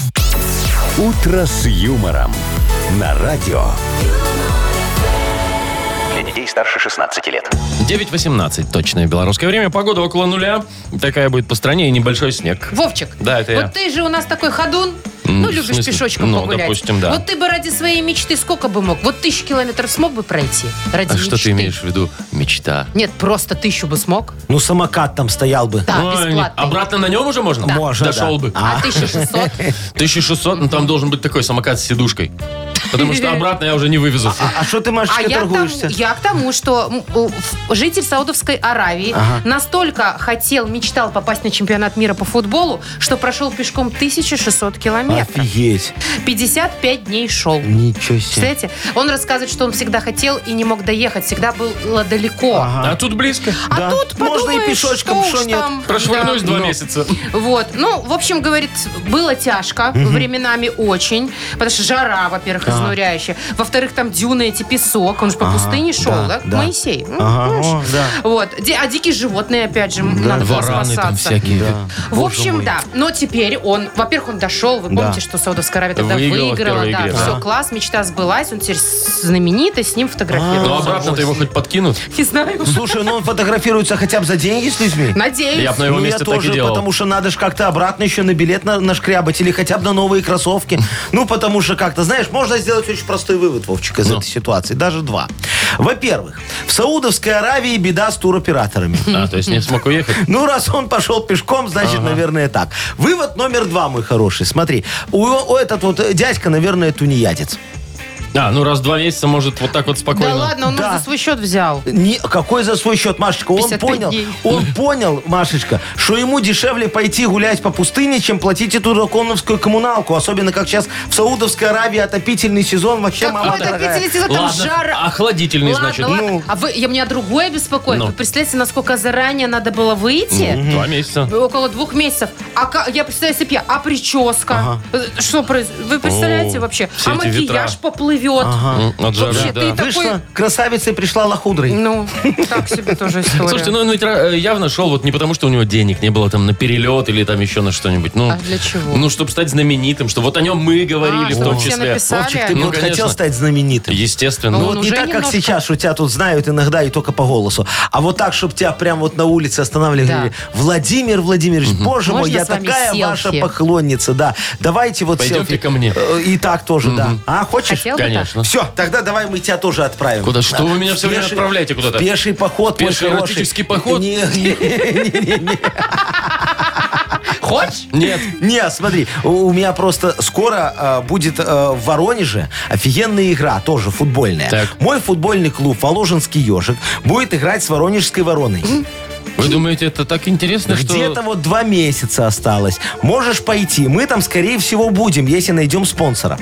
Speaker 1: «Утро с юмором» на радио.
Speaker 5: Для детей старше 16 лет.
Speaker 2: 9.18, точное белорусское время. Погода около нуля. Такая будет по стране и небольшой снег.
Speaker 3: Вовчик,
Speaker 2: Да, это я.
Speaker 3: вот ты же у нас такой ходун.
Speaker 2: М,
Speaker 3: Ну,
Speaker 2: в
Speaker 3: любишь
Speaker 2: смысле?
Speaker 3: пешочком
Speaker 2: Ну,
Speaker 3: погулять.
Speaker 2: допустим, да.
Speaker 3: Вот ты бы ради своей мечты сколько бы мог? Вот тысячу километров смог бы пройти? Ради
Speaker 2: А что
Speaker 3: мечты?
Speaker 2: ты имеешь в виду? Мечта.
Speaker 3: Нет, просто тысячу бы смог.
Speaker 4: Ну, самокат там стоял бы.
Speaker 3: Да,
Speaker 2: Ой,
Speaker 3: А, бесплатно.
Speaker 2: Ну, Обратно на нем уже можно?
Speaker 4: Можно,
Speaker 2: Дошел
Speaker 4: да.
Speaker 2: бы. <laughs>
Speaker 3: А
Speaker 4: <laughs>
Speaker 3: 1600?
Speaker 2: 1600, ну там должен быть такой самокат с сидушкой. Потому
Speaker 3: <laughs>
Speaker 2: что обратно я уже не вывезу.
Speaker 4: А что ты,
Speaker 3: А
Speaker 4: Машечка,
Speaker 3: я к, тому,
Speaker 4: торгуешься?
Speaker 3: я к тому, что м, у, в- житель Саудовской Аравии настолько хотел, мечтал попасть на чемпионат мира по футболу, что прошел пешком 1600 километров.
Speaker 4: Офигеть.
Speaker 3: 55 дней шел.
Speaker 4: Ничего себе.
Speaker 3: Представляете? Он рассказывает, что он всегда хотел и не мог доехать, всегда было далеко.
Speaker 2: А тут близко.
Speaker 3: А
Speaker 4: Да.
Speaker 3: тут
Speaker 4: Можно и
Speaker 3: подумаешь,
Speaker 4: пешочком,
Speaker 3: что
Speaker 4: шо
Speaker 3: уж
Speaker 4: нет.
Speaker 3: там.
Speaker 2: Прошвырнусь
Speaker 3: Да.
Speaker 2: два
Speaker 3: Ну.
Speaker 2: месяца.
Speaker 3: Вот. Ну, в общем, говорит, было тяжко, временами очень, потому что жара, во-первых, из изнуряющее. Во-вторых, там дюны, эти песок, он же по
Speaker 4: Ага,
Speaker 3: пустыне шел, да?
Speaker 4: да, да.
Speaker 3: Моисей. М,
Speaker 4: Ага,
Speaker 3: знаешь.
Speaker 4: о, да.
Speaker 3: Вот. Ди- А дикие животные, опять же, м, надо было
Speaker 2: Вараны там
Speaker 3: спасаться.
Speaker 2: всякие.
Speaker 3: В общем, да. Но теперь он, во-первых, он дошел. Вы
Speaker 4: Да.
Speaker 3: помните, что Саудовская Аравия тогда
Speaker 2: Выиграла в
Speaker 3: выиграла.
Speaker 2: первой
Speaker 3: да,
Speaker 2: игре, да.
Speaker 3: все, класс, мечта сбылась. Он теперь с- знаменитый, с ним
Speaker 2: Ну,
Speaker 3: фотографируется.
Speaker 2: обратно-то его хоть подкинут.
Speaker 3: Не знаю.
Speaker 4: Слушай, ну он фотографируется хотя бы за деньги с людьми?
Speaker 3: Надеюсь.
Speaker 2: Я бы на его
Speaker 4: ну,
Speaker 2: месте
Speaker 4: я
Speaker 2: так
Speaker 4: тоже,
Speaker 2: и делал.
Speaker 4: потому что надо же как-то обратно еще на билет на, нашкрябать или хотя бы на новые кроссовки. Ну, потому что как-то, знаешь, можно сделать очень простой вывод, Вовчик, из
Speaker 2: Ну.
Speaker 4: этой ситуации. Даже два. Во-первых, в Саудовской Аравии беда с туроператорами.
Speaker 2: А, то есть не смог
Speaker 3: <laughs>
Speaker 2: уехать.
Speaker 4: Ну, раз он пошел пешком, значит, наверное, так. Вывод номер два, мой хороший. Смотри, у, у этот вот э, дядька, наверное, тунеядец.
Speaker 2: А, ну раз в два месяца может вот так вот спокойно.
Speaker 3: Да ладно, он нас
Speaker 4: Да.
Speaker 3: за свой счет взял.
Speaker 4: Ни- какой за свой счет, Машечка? Он
Speaker 3: 55
Speaker 4: понял,
Speaker 3: дней.
Speaker 4: он понял, Машечка, что ему дешевле пойти гулять по пустыне, чем платить эту драконовскую коммуналку. Особенно, как сейчас в Саудовской Аравии отопительный сезон. Вообще, мама
Speaker 3: Какой
Speaker 4: дорогая.
Speaker 3: отопительный сезон, там
Speaker 2: Ладно,
Speaker 3: жара.
Speaker 2: охладительный,
Speaker 3: Ладно,
Speaker 2: значит.
Speaker 3: ладно.
Speaker 4: ну.
Speaker 3: А вы, я, меня другое беспокоит.
Speaker 2: Ну.
Speaker 3: Вы представляете, насколько заранее надо было выйти?
Speaker 2: Два месяца.
Speaker 3: Около двух месяцев. А ка- я представляю, если б я... А прическа? Э, Что произойдет? Вы представляете
Speaker 2: О,
Speaker 3: вообще?
Speaker 2: все
Speaker 3: А
Speaker 2: эти
Speaker 3: макияж
Speaker 2: ветра.
Speaker 3: поплывет.
Speaker 2: М, От жары,
Speaker 3: Вообще,
Speaker 2: да.
Speaker 3: ты так-
Speaker 4: Вышла
Speaker 3: такой-
Speaker 4: красавица и пришла лохудрой.
Speaker 3: Ну, так себе
Speaker 2: <laughs>
Speaker 3: тоже история.
Speaker 2: Слушайте, ну он ведь ра- э, явно шел вот не потому, что у него денег не было там на перелет или там еще на что-нибудь. Ну,
Speaker 3: А для чего?
Speaker 2: Ну, чтобы стать знаменитым, что вот о нем мы говорили
Speaker 3: А,
Speaker 2: в
Speaker 3: чтобы
Speaker 2: том
Speaker 3: все
Speaker 2: числе.
Speaker 3: написали.
Speaker 4: Вовчик, ты бы
Speaker 2: Ну,
Speaker 4: вот
Speaker 2: конечно.
Speaker 4: хотел стать знаменитым.
Speaker 2: Естественно.
Speaker 3: Ну,
Speaker 4: Ну, вот не
Speaker 3: уже
Speaker 4: так, как
Speaker 3: немножко.
Speaker 4: сейчас, что тебя тут знают иногда и только по голосу, а вот так, чтобы тебя прям вот на улице останавливали,
Speaker 3: Да.
Speaker 4: говорили, Владимир Владимирович, боже мой,
Speaker 3: Можно
Speaker 4: я
Speaker 3: с вами
Speaker 4: такая ваша
Speaker 3: селфи?»
Speaker 4: поклонница, да. Давайте вот
Speaker 2: Пойдемте
Speaker 4: селфи.
Speaker 2: ко мне.
Speaker 4: Э, И так тоже, да. А, хочешь?
Speaker 3: Хотел бы так?
Speaker 2: Конечно.
Speaker 4: Все, тогда давай мы тебя тоже отправим.
Speaker 2: Куда? Что вы меня
Speaker 4: В
Speaker 2: все время
Speaker 4: пеший-
Speaker 2: отправляете куда-то?
Speaker 4: в Пеший поход, мой
Speaker 2: Пеший
Speaker 4: хороший.
Speaker 2: эротический поход?
Speaker 4: Не, не, не, не.
Speaker 2: Хочешь? Нет.
Speaker 4: Не, смотри, у у меня просто скоро э, будет э, в Воронеже офигенная игра, тоже футбольная.
Speaker 2: Так.
Speaker 4: Мой футбольный клуб «Воложенский ежик» будет играть с «Воронежской вороной».
Speaker 2: Вы думаете, это так интересно, что...
Speaker 4: Где-то вот два месяца осталось. Можешь пойти. Мы там, скорее всего, будем, если найдем спонсора.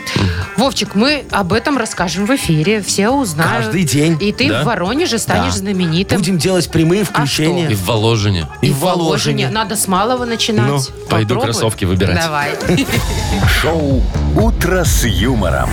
Speaker 3: Вовчик, мы об этом расскажем в эфире. Все узнают.
Speaker 4: Каждый день.
Speaker 3: И ты
Speaker 2: Да?
Speaker 3: в Воронеже станешь
Speaker 4: Да.
Speaker 3: знаменитым.
Speaker 4: Будем делать
Speaker 3: А
Speaker 4: прямые
Speaker 2: И
Speaker 4: включения.
Speaker 2: в Воложине.
Speaker 4: И в
Speaker 3: Воложине.
Speaker 4: Воложине.
Speaker 3: Надо с малого начинать.
Speaker 4: Ну,
Speaker 2: пойду
Speaker 3: Попробуй.
Speaker 2: кроссовки выбирать.
Speaker 3: Давай.
Speaker 1: Шоу «Утро с юмором».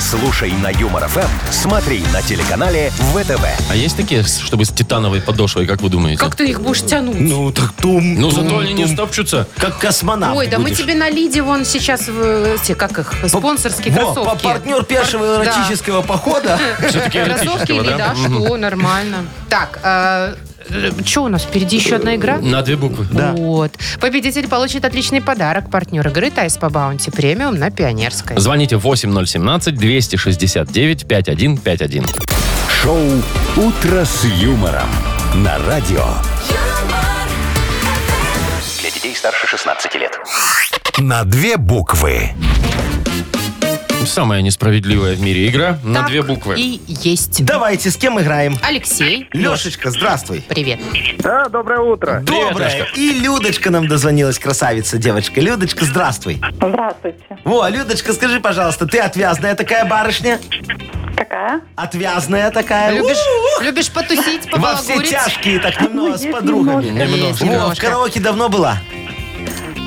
Speaker 1: Слушай на Юмор ФМ, смотри на телеканале ВТВ.
Speaker 2: А есть такие, с- чтобы с титановой подошвой, как вы думаете?
Speaker 3: Как ты их будешь тянуть?
Speaker 4: <laughs> Ну, так тум.
Speaker 2: Ну,
Speaker 4: тум,
Speaker 2: зато они не
Speaker 4: тум.
Speaker 2: стопчутся.
Speaker 4: Как космонавт
Speaker 3: Ой, да мы
Speaker 4: А, будешь.
Speaker 3: тебе на Лиде вон сейчас, э, эти, как их, спонсорские
Speaker 4: Во, по-
Speaker 3: кроссовки.
Speaker 4: партнер пешего
Speaker 3: Пар- да. <laughs>
Speaker 4: эротического похода.
Speaker 2: Все-таки
Speaker 3: Кроссовки или да, что, нормально. Так, что у нас впереди еще одна игра?
Speaker 2: На две буквы.
Speaker 3: Вот. Победитель получит отличный подарок. Партнер игры Тайс по Баунти Премиум на Пионерской.
Speaker 2: Звоните 8017-269-5151.
Speaker 1: Шоу «Утро с юмором» на радио.
Speaker 5: Для детей старше 16 лет.
Speaker 1: На две буквы.
Speaker 2: Самая несправедливая в мире игра на
Speaker 3: Так
Speaker 2: две буквы.
Speaker 3: И есть.
Speaker 4: Давайте, с кем играем?
Speaker 3: Алексей,
Speaker 4: Лешечка, здравствуй.
Speaker 3: привет.
Speaker 6: Да, доброе утро.
Speaker 4: Доброе. И Людочка нам дозвонилась, красавица девочка. Людочка, здравствуй.
Speaker 8: Здравствуйте.
Speaker 4: Во, Людочка, скажи, пожалуйста, ты отвязная такая барышня?
Speaker 8: Какая?
Speaker 4: Отвязная такая.
Speaker 3: Любишь,
Speaker 4: У-у-у.
Speaker 3: любишь потусить,
Speaker 4: Во все
Speaker 3: побалагурить?
Speaker 4: тяжкие, так немного с подругами.
Speaker 3: Есть
Speaker 4: Во, в
Speaker 3: немножко.
Speaker 4: караоке давно была?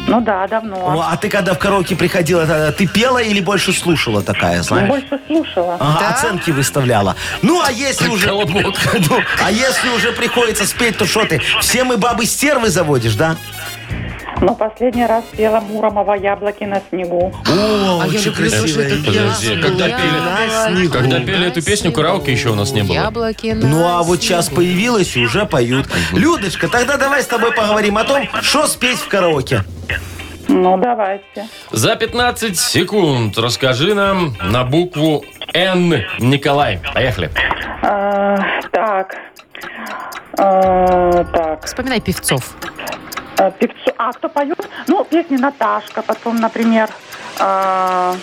Speaker 8: Ну да, давно.
Speaker 4: О, а ты когда в караоке приходила, тогда ты пела или больше слушала такая,
Speaker 8: Ну,
Speaker 4: знаешь?
Speaker 8: Больше слушала.
Speaker 4: Ага,
Speaker 3: Да.
Speaker 4: оценки выставляла. Ну, а если уже...
Speaker 2: Колобок.
Speaker 4: <laughs> Ну, а если уже приходится спеть, то что ты? Все мы бабы стервы заводишь, да?
Speaker 8: Но последний раз пела Муромова яблоки на снегу.
Speaker 4: О,
Speaker 3: А я
Speaker 4: очень
Speaker 3: люблю тоже
Speaker 4: красивая
Speaker 3: эту
Speaker 4: идея.
Speaker 2: Подожди,
Speaker 3: песню.
Speaker 2: когда
Speaker 3: Я
Speaker 2: пели-
Speaker 4: На снегу.
Speaker 2: когда пели эту песню, караоке еще у нас не было.
Speaker 3: Яблоки на
Speaker 4: Ну а вот сейчас
Speaker 3: снегу.
Speaker 4: появилась и уже поют. Людочка, тогда давай с тобой поговорим о том, что спеть в караоке.
Speaker 8: Ну, давайте.
Speaker 2: За 15 секунд расскажи нам на букву Н. Николай, поехали.
Speaker 8: А, так. А, так.
Speaker 3: Вспоминай певцов.
Speaker 8: А, певцу- а, кто поет? Ну, песни Наташка, потом, например, а,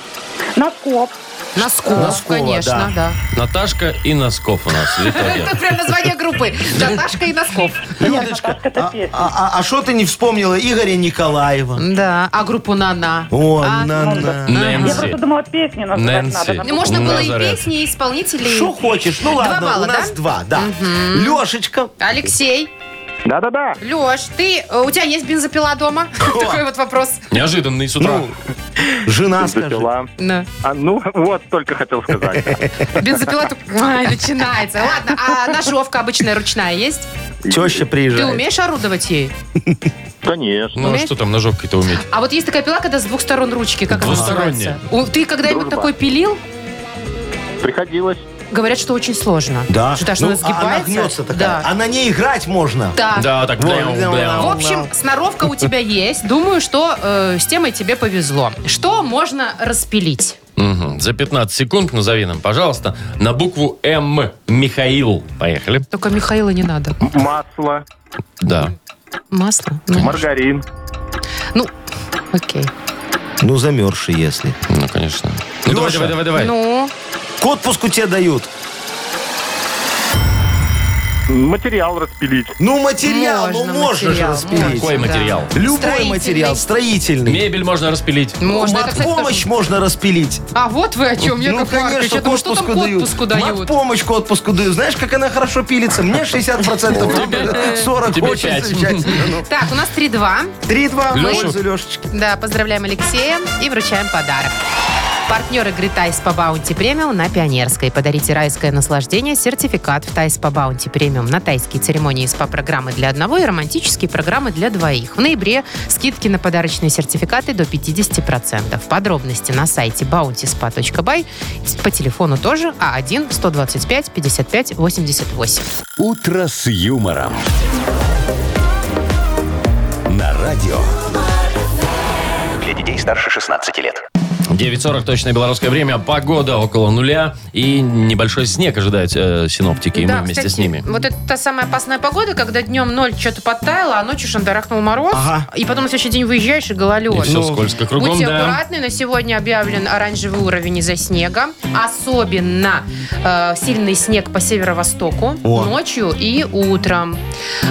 Speaker 8: Носкоп.
Speaker 3: Носков,
Speaker 4: Носкова,
Speaker 3: конечно, да.
Speaker 2: Наташка и Носков у нас в итоге.
Speaker 3: Это прям название группы. Наташка и Носков.
Speaker 4: Людочка,
Speaker 8: Наташка-то
Speaker 4: а-
Speaker 8: песня.
Speaker 4: а а что ты не вспомнила Игоря Николаева?
Speaker 3: Да, а группу «Нана».
Speaker 4: О,
Speaker 3: <laughs> А,
Speaker 4: на-на.
Speaker 8: Я
Speaker 2: Нэнси.
Speaker 8: просто думала, песни назвать
Speaker 2: Нэнси.
Speaker 8: надо.
Speaker 3: Ну, Можно было и
Speaker 2: Назарет.
Speaker 3: песни, и исполнителей.
Speaker 4: Что хочешь? Ну
Speaker 3: Два
Speaker 4: ладно,
Speaker 3: балла,
Speaker 4: у нас
Speaker 3: да?
Speaker 4: два, да. Лешечка,
Speaker 3: Алексей,
Speaker 6: Да-да-да.
Speaker 3: Леш, ты, э, у тебя есть бензопила дома? Такой вот вопрос.
Speaker 2: Неожиданный с утра.
Speaker 4: Ну, жена скажет.
Speaker 6: Запила.
Speaker 3: Да.
Speaker 6: А, ну, <laughs> вот, только хотел сказать.
Speaker 3: Бензопила тут ай, <laughs> начинается. Ладно, а ножовка обычная ручная есть?
Speaker 4: Теща
Speaker 3: Ты
Speaker 4: приезжает.
Speaker 3: умеешь орудовать ей?
Speaker 6: Конечно.
Speaker 2: Ну, а
Speaker 3: умеешь?
Speaker 2: что там ножовкой-то уметь?
Speaker 3: А вот есть такая пила, когда с двух сторон ручки, как она
Speaker 2: Двусторонняя.
Speaker 3: называется? У- Ты когда-нибудь
Speaker 6: Дружба.
Speaker 3: такой пилил?
Speaker 6: Приходилось.
Speaker 3: Говорят, что очень сложно.
Speaker 4: Да.
Speaker 3: Что, что
Speaker 4: Ну,
Speaker 3: она сгибается.
Speaker 4: она гнется такая.
Speaker 3: Да.
Speaker 4: А на ней играть можно.
Speaker 3: Да.
Speaker 2: Да, так,
Speaker 4: Вот,
Speaker 2: бляу,
Speaker 4: да,
Speaker 2: бляу.
Speaker 3: В общем, сноровка у тебя есть. Думаю, что э, с темой тебе повезло. Что можно распилить?
Speaker 2: Мгм. За 15 секунд назови нам, пожалуйста, на букву М. Михаил. Поехали.
Speaker 3: Только Михаила не надо.
Speaker 6: Масло,
Speaker 2: Да.
Speaker 3: Масло? Ну,
Speaker 6: маргарин.
Speaker 3: ну, окей.
Speaker 4: Ну, замерзший, если.
Speaker 2: Ну, конечно. Ну, давай,
Speaker 4: Леша.
Speaker 2: давай, давай, давай.
Speaker 3: Ну,
Speaker 4: К отпуску тебе дают.
Speaker 6: Материал распилить.
Speaker 4: Ну, материал,
Speaker 3: Можно
Speaker 4: ну можно
Speaker 3: материал,
Speaker 4: же распилить.
Speaker 2: Какой
Speaker 3: да.
Speaker 2: материал?
Speaker 4: Любой
Speaker 3: Строительный.
Speaker 4: материал, строительный.
Speaker 2: Мебель можно распилить.
Speaker 3: можно. это, кстати,
Speaker 4: Матпомощь
Speaker 3: тоже-
Speaker 4: можно распилить.
Speaker 3: А вот вы о чем,
Speaker 4: ну,
Speaker 3: Яков Маркович.
Speaker 4: конечно,
Speaker 3: Я
Speaker 4: к
Speaker 3: думаю, что там
Speaker 4: отпуску
Speaker 3: к отпуску дают?
Speaker 4: помощь к отпуску дают. Знаешь, как она хорошо пилится? Мне 60%, 40
Speaker 2: тебе
Speaker 4: очень
Speaker 2: пять.
Speaker 4: замечательно.
Speaker 3: Так, у нас 3-2.
Speaker 2: Мы-
Speaker 4: 3-2 пользу Лешечки.
Speaker 3: Да, поздравляем Алексея и вручаем подарок. Партнер игры «Тайс по баунти премиум» на Пионерской. Подарите райское наслаждение, сертификат в «Тайс по баунти премиум» на тайские церемонии и СПА-программы для одного и романтические программы для двоих. В ноябре скидки на подарочные сертификаты до 50%. Подробности на сайте bountyspa.by. По телефону тоже а А1-125-55-88.
Speaker 1: «Утро с юмором». На радио.
Speaker 5: Для детей старше 16 лет.
Speaker 2: 9.40 точное белорусское время. Погода около нуля. И небольшой снег ожидают э, синоптики. И мы вместе с ними.
Speaker 3: Вот это та самая опасная погода, когда днем ноль что-то подтаяло, а ночью шандарахнул мороз.
Speaker 4: Ага.
Speaker 3: И потом на следующий день выезжаешь и гололед.
Speaker 2: И все скользко кругом,
Speaker 3: Будьте
Speaker 2: да.
Speaker 3: аккуратны, на сегодня объявлен оранжевый уровень из-за снега. Особенно э, сильный снег по северо-востоку
Speaker 4: О.
Speaker 3: ночью и утром.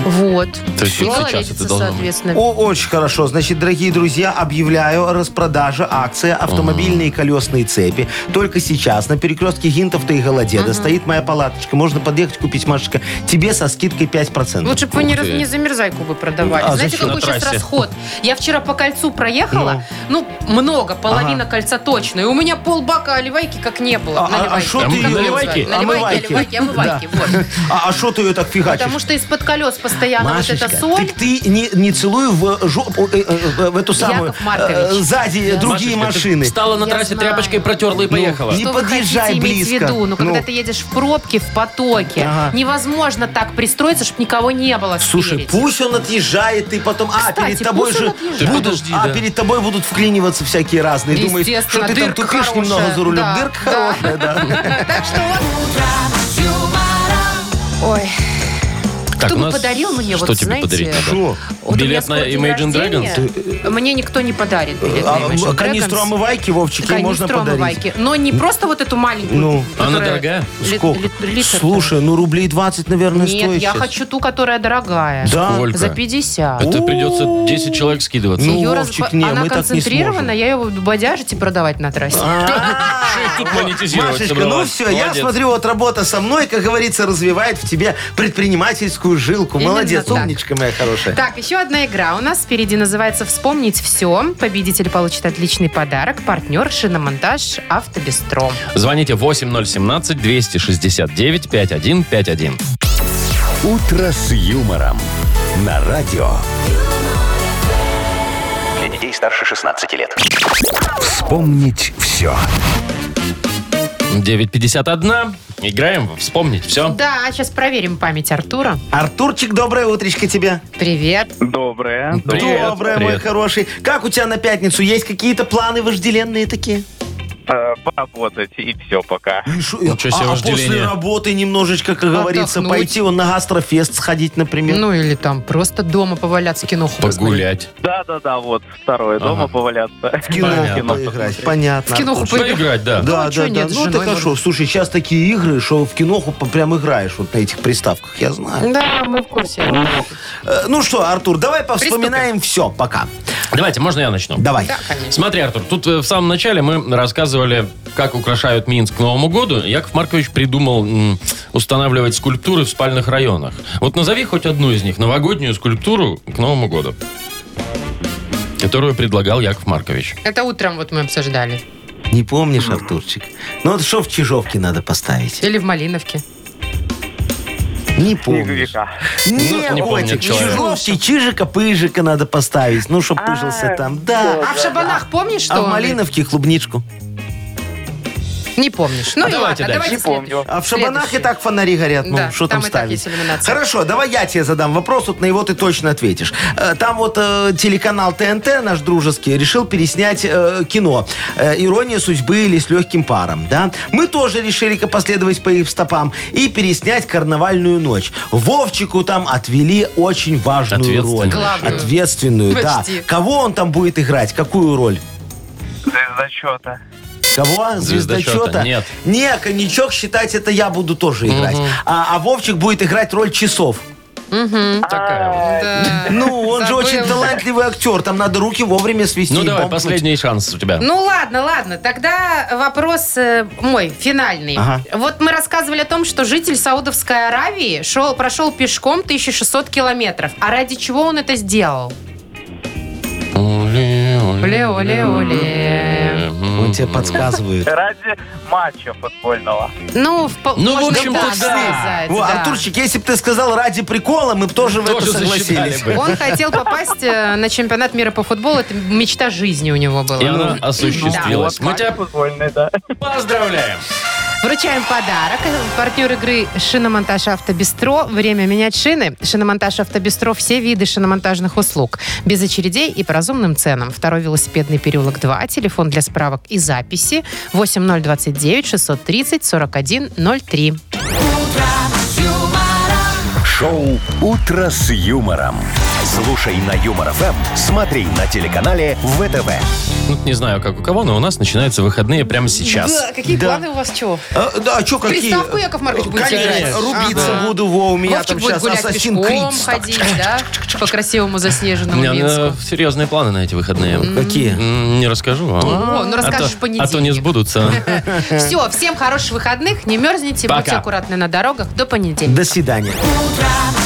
Speaker 3: Вот.
Speaker 2: То есть
Speaker 3: и
Speaker 2: вот сейчас
Speaker 3: гололедица,
Speaker 2: это должно быть.
Speaker 3: соответственно.
Speaker 4: О, очень хорошо. Значит, дорогие друзья, объявляю распродажа акция «Автомобильные колесные цепи». Только сейчас на перекрестке Гинтов-то и Голодеда стоит моя палаточка. Можно подъехать, купить, Машечка, тебе со скидкой 5%.
Speaker 3: Лучше бы вы не,
Speaker 2: Ух
Speaker 3: раз-
Speaker 2: ты.
Speaker 3: не замерзайку бы продавали.
Speaker 4: А
Speaker 3: Знаете,
Speaker 4: зачем?
Speaker 3: какой
Speaker 2: На
Speaker 3: сейчас
Speaker 2: трассе.
Speaker 3: расход? Я вчера по кольцу проехала, ну, много, половина кольца точно. И у меня полбака оливайки как не было.
Speaker 4: А- а- а
Speaker 3: Наливайки.
Speaker 4: шо
Speaker 2: ты
Speaker 3: Как
Speaker 2: её-
Speaker 3: это
Speaker 2: Наливайки?
Speaker 3: называется? Наливайки, оливайки, омывайки,
Speaker 4: <laughs>
Speaker 3: вот.
Speaker 4: А что ты ее так фигачишь?
Speaker 3: Потому что из-под колес постоянно вот
Speaker 4: Машечка,
Speaker 3: эта соль.
Speaker 4: так ты не, не целуй в жопу, э, э, э, в эту самую,
Speaker 3: Маркович.
Speaker 4: э, сзади другие
Speaker 2: Машечка, ты
Speaker 4: машины. Ну,
Speaker 2: Встала на
Speaker 3: Я
Speaker 2: трассе,
Speaker 3: знаю.
Speaker 2: тряпочкой протерла и поехала.
Speaker 4: не
Speaker 3: Что вы хотите
Speaker 4: подъезжай
Speaker 3: иметь в
Speaker 4: близко.
Speaker 3: виду? Ну,
Speaker 4: Ну.
Speaker 3: когда ты едешь в пробке, в потоке,
Speaker 4: Ага.
Speaker 3: невозможно так пристроиться, чтобы никого не было
Speaker 4: Слушай,
Speaker 3: спереди.
Speaker 4: пусть он отъезжает, ты потом... а,
Speaker 3: Кстати,
Speaker 4: перед тобой
Speaker 3: пусть
Speaker 4: же
Speaker 3: он отъезжает.
Speaker 2: Ты
Speaker 4: будут...
Speaker 2: подожди,
Speaker 4: а,
Speaker 2: да.
Speaker 4: перед тобой будут вклиниваться всякие разные. Думаешь,
Speaker 3: Естественно,
Speaker 4: что ты там
Speaker 3: дырка
Speaker 4: тупишь
Speaker 3: хорошая.
Speaker 4: немного за рулем.
Speaker 3: Да,
Speaker 4: Дырка
Speaker 3: да.
Speaker 4: хорошая, да.
Speaker 3: Так что вот, ой,
Speaker 2: Так,
Speaker 3: кто
Speaker 2: у
Speaker 3: бы
Speaker 2: нас
Speaker 3: подарил мне,
Speaker 2: Что
Speaker 3: вот,
Speaker 2: тебе
Speaker 3: знаете,
Speaker 2: подарить надо?
Speaker 4: Шо?
Speaker 3: вот у меня
Speaker 2: Билет на
Speaker 3: скоро день
Speaker 2: Imagine
Speaker 3: рождения,
Speaker 2: Dragons?
Speaker 3: Мне никто не подарит билет на
Speaker 4: А,
Speaker 3: Imagine Dragons.
Speaker 4: Канистру омывайки, Вовчики, можно
Speaker 3: Канистру
Speaker 4: подарить.
Speaker 3: омывайки. Но не просто вот эту маленькую.
Speaker 4: Ну.
Speaker 3: которая
Speaker 2: Она дорогая?
Speaker 3: ли-
Speaker 4: Сколько?
Speaker 3: ли- литр.
Speaker 4: Слушай, ну рублей 20, наверное,
Speaker 3: Нет,
Speaker 4: стоит
Speaker 3: я
Speaker 4: сейчас.
Speaker 3: хочу <laughs> ту, которая дорогая.
Speaker 4: Да?
Speaker 2: Сколько?
Speaker 3: За 50.
Speaker 2: Это
Speaker 4: О.
Speaker 2: придется 10 человек скидываться.
Speaker 4: Ну,
Speaker 3: Её раз-
Speaker 4: Вовчик, не,
Speaker 3: Она
Speaker 4: мы так не
Speaker 3: концентрирована,
Speaker 4: сможем. А.
Speaker 3: я ее буду бодяжить и продавать на трассе.
Speaker 2: Что их тут монетизировать
Speaker 4: Машечка, ну
Speaker 2: собралась?
Speaker 4: все, я
Speaker 2: Молодец.
Speaker 4: смотрю, вот работа со мной, как говорится, развивает в тебе предпринимательскую жилку.
Speaker 3: Именно
Speaker 4: Молодец,
Speaker 3: так.
Speaker 4: умничка моя
Speaker 3: <laughs>
Speaker 4: хорошая.
Speaker 3: Так, еще одна игра у нас впереди называется «Вспомнить все». Победитель получит отличный подарок. Партнер «Шиномонтаж Автобестро».
Speaker 2: Звоните 8017-269-5151.
Speaker 1: «Утро с юмором». На радио.
Speaker 5: Для детей старше 16 лет.
Speaker 1: Вспомнить все.
Speaker 2: 951. Играем в «Вспомнить все».
Speaker 3: Да, а сейчас проверим память Артура.
Speaker 4: Артурчик, доброе утречко тебе.
Speaker 3: Привет.
Speaker 6: Доброе.
Speaker 2: Привет,
Speaker 4: доброе, мой
Speaker 2: привет.
Speaker 4: хороший. Как у тебя на пятницу? Есть какие-то планы вожделенные такие?
Speaker 6: Э, Поработать и все пока.
Speaker 2: Ничего себе
Speaker 4: а, а
Speaker 2: вожделение.
Speaker 4: после работы немножечко, как говорится,
Speaker 3: Отдохнуть.
Speaker 4: пойти он на гастрофест сходить, например.
Speaker 3: Ну или там просто дома поваляться, киноху посмотреть.
Speaker 2: Погулять.
Speaker 6: Да-да-да, вот второе. Дома поваляться.
Speaker 4: в кино
Speaker 2: понятно.
Speaker 4: поиграть. Понятно.
Speaker 3: В киноху
Speaker 4: Артурчик.
Speaker 3: пойду.
Speaker 2: Поиграть, да.
Speaker 4: Да,
Speaker 3: а чё
Speaker 4: да, да.
Speaker 3: нет, с
Speaker 4: ну
Speaker 3: женой
Speaker 4: так а
Speaker 3: можно.
Speaker 4: что, слушай, сейчас такие игры, что в киноху по- прям играешь вот на этих приставках, я
Speaker 3: Ну.
Speaker 4: знаю.
Speaker 3: Да, мы в курсе.
Speaker 4: Э, Ну что, Артур, давай повспоминаем все пока.
Speaker 2: Давайте, можно я начну?
Speaker 4: Давай.
Speaker 2: Смотри, Артур, тут э, в самом начале мы рассказывали, как украшают Минск к Новому году. Яков Маркович придумал м, устанавливать скульптуры в спальных районах. Вот назови хоть одну из них, новогоднюю скульптуру к Новому году, которую предлагал Яков Маркович.
Speaker 3: Это утром вот мы обсуждали.
Speaker 4: Не помнишь, Артурчик? Ну вот что в Чижовке надо поставить?
Speaker 3: Или в Малиновке.
Speaker 4: Не помнишь. Ну,
Speaker 6: Снеговика.
Speaker 4: Не,
Speaker 2: не помнит
Speaker 4: Котик, в
Speaker 2: человек.
Speaker 4: Чижовке чижика, пыжика надо поставить. Ну, чтоб пыжился там. Да.
Speaker 3: А в Шабанах помнишь, что
Speaker 4: А в
Speaker 3: он?
Speaker 4: Малиновке клубничку.
Speaker 3: Не помнишь. Ну, и
Speaker 2: давайте
Speaker 3: ладно,
Speaker 2: дальше.
Speaker 3: давайте следующий.
Speaker 4: А в шабанах и
Speaker 3: Следующий.
Speaker 4: так фонари горят. Ну,
Speaker 3: Да,
Speaker 4: что
Speaker 3: там
Speaker 4: там,
Speaker 3: и так
Speaker 4: ставить?
Speaker 3: есть иллюминация.
Speaker 4: Хорошо, давай я тебе задам вопрос, вот на его ты точно ответишь. Э, Там вот э, телеканал ТНТ, наш дружеский, решил переснять э, кино. Э, «Ирония судьбы» или «С легким паром», да? Мы тоже решили ка- последовать по их стопам и переснять «Карнавальную ночь». Вовчику там отвели очень важную
Speaker 2: Ответственную.
Speaker 4: роль.
Speaker 3: Главную.
Speaker 4: Ответственную, да.
Speaker 3: Почти.
Speaker 4: Кого он там будет играть? Какую роль?
Speaker 9: Звездочета.
Speaker 4: Кого?
Speaker 2: Звездочета?
Speaker 4: Звездочета?
Speaker 2: Нет.
Speaker 4: Не, коньячок считать это я буду тоже играть. А, а Вовчик будет играть роль часов.
Speaker 3: А,
Speaker 2: Такая вот.
Speaker 3: Да.
Speaker 4: Ну, он же
Speaker 3: Забыл.
Speaker 4: очень талантливый актер. Там надо руки вовремя свести.
Speaker 2: Ну
Speaker 4: и
Speaker 2: давай,
Speaker 4: бамкнуть.
Speaker 2: последний шанс у тебя.
Speaker 3: Ну ладно, ладно. Тогда вопрос э, мой, финальный.
Speaker 4: Ага.
Speaker 3: Вот мы рассказывали о том, что житель Саудовской Аравии шел, прошел пешком 1600 километров. А ради чего он это сделал?
Speaker 2: Оле,
Speaker 3: Оле, оле, оле.
Speaker 4: Он тебе подсказывает.
Speaker 9: Ради матча футбольного.
Speaker 3: Ну, в, по-
Speaker 2: Ну, в
Speaker 3: можно
Speaker 2: общем,
Speaker 3: так
Speaker 2: да.
Speaker 3: сказать,
Speaker 4: Во,
Speaker 3: да.
Speaker 4: Артурчик, если бы ты сказал ради прикола, мы бы тоже в это
Speaker 2: Тоже засчитали
Speaker 4: согласились.
Speaker 2: бы.
Speaker 3: Он хотел попасть э, на чемпионат мира по футболу. Это мечта жизни у него была.
Speaker 2: И она
Speaker 3: Ну,
Speaker 2: осуществилась. Мы тебя
Speaker 9: футбольный, да.
Speaker 2: поздравляем.
Speaker 3: Вручаем подарок. Партнер игры «Шиномонтаж Автобестро». Время менять шины. «Шиномонтаж Автобестро» – все виды шиномонтажных услуг. Без очередей и по разумным ценам. Второй велосипедный переулок 2. Телефон для справок и записи 8029-630-4103.
Speaker 1: Шоу «Утро с юмором». Слушай на Юмор ФМ, смотри на телеканале ВТВ.
Speaker 2: Ну, не знаю, как у кого, но у нас начинаются выходные прямо сейчас.
Speaker 3: какие
Speaker 4: Да.
Speaker 3: планы у вас чего?
Speaker 4: А, Да, что, какие?
Speaker 3: Приставку, Яков Маркович, будете играть?
Speaker 4: Конечно, рубиться
Speaker 3: Ага.
Speaker 4: буду, во, у меня
Speaker 3: Вовчик
Speaker 4: там
Speaker 3: будет
Speaker 4: сейчас
Speaker 3: гулять
Speaker 4: Ассасин
Speaker 3: пешком,
Speaker 4: Крид.
Speaker 3: ходить, да? По красивому
Speaker 2: У
Speaker 3: заснеженному
Speaker 2: меня э,
Speaker 3: Минску.
Speaker 2: серьезные планы на эти выходные.
Speaker 4: Какие?
Speaker 2: М, Не расскажу вам.
Speaker 3: О, ну расскажешь
Speaker 2: а
Speaker 3: в
Speaker 2: то, а
Speaker 3: понедельник.
Speaker 2: то не
Speaker 3: <laughs>
Speaker 2: сбудутся.
Speaker 3: Все, всем хороших выходных, не мерзните, будьте
Speaker 2: Пока.
Speaker 3: аккуратны на дорогах. До понедельника.
Speaker 4: До свидания.
Speaker 10: утро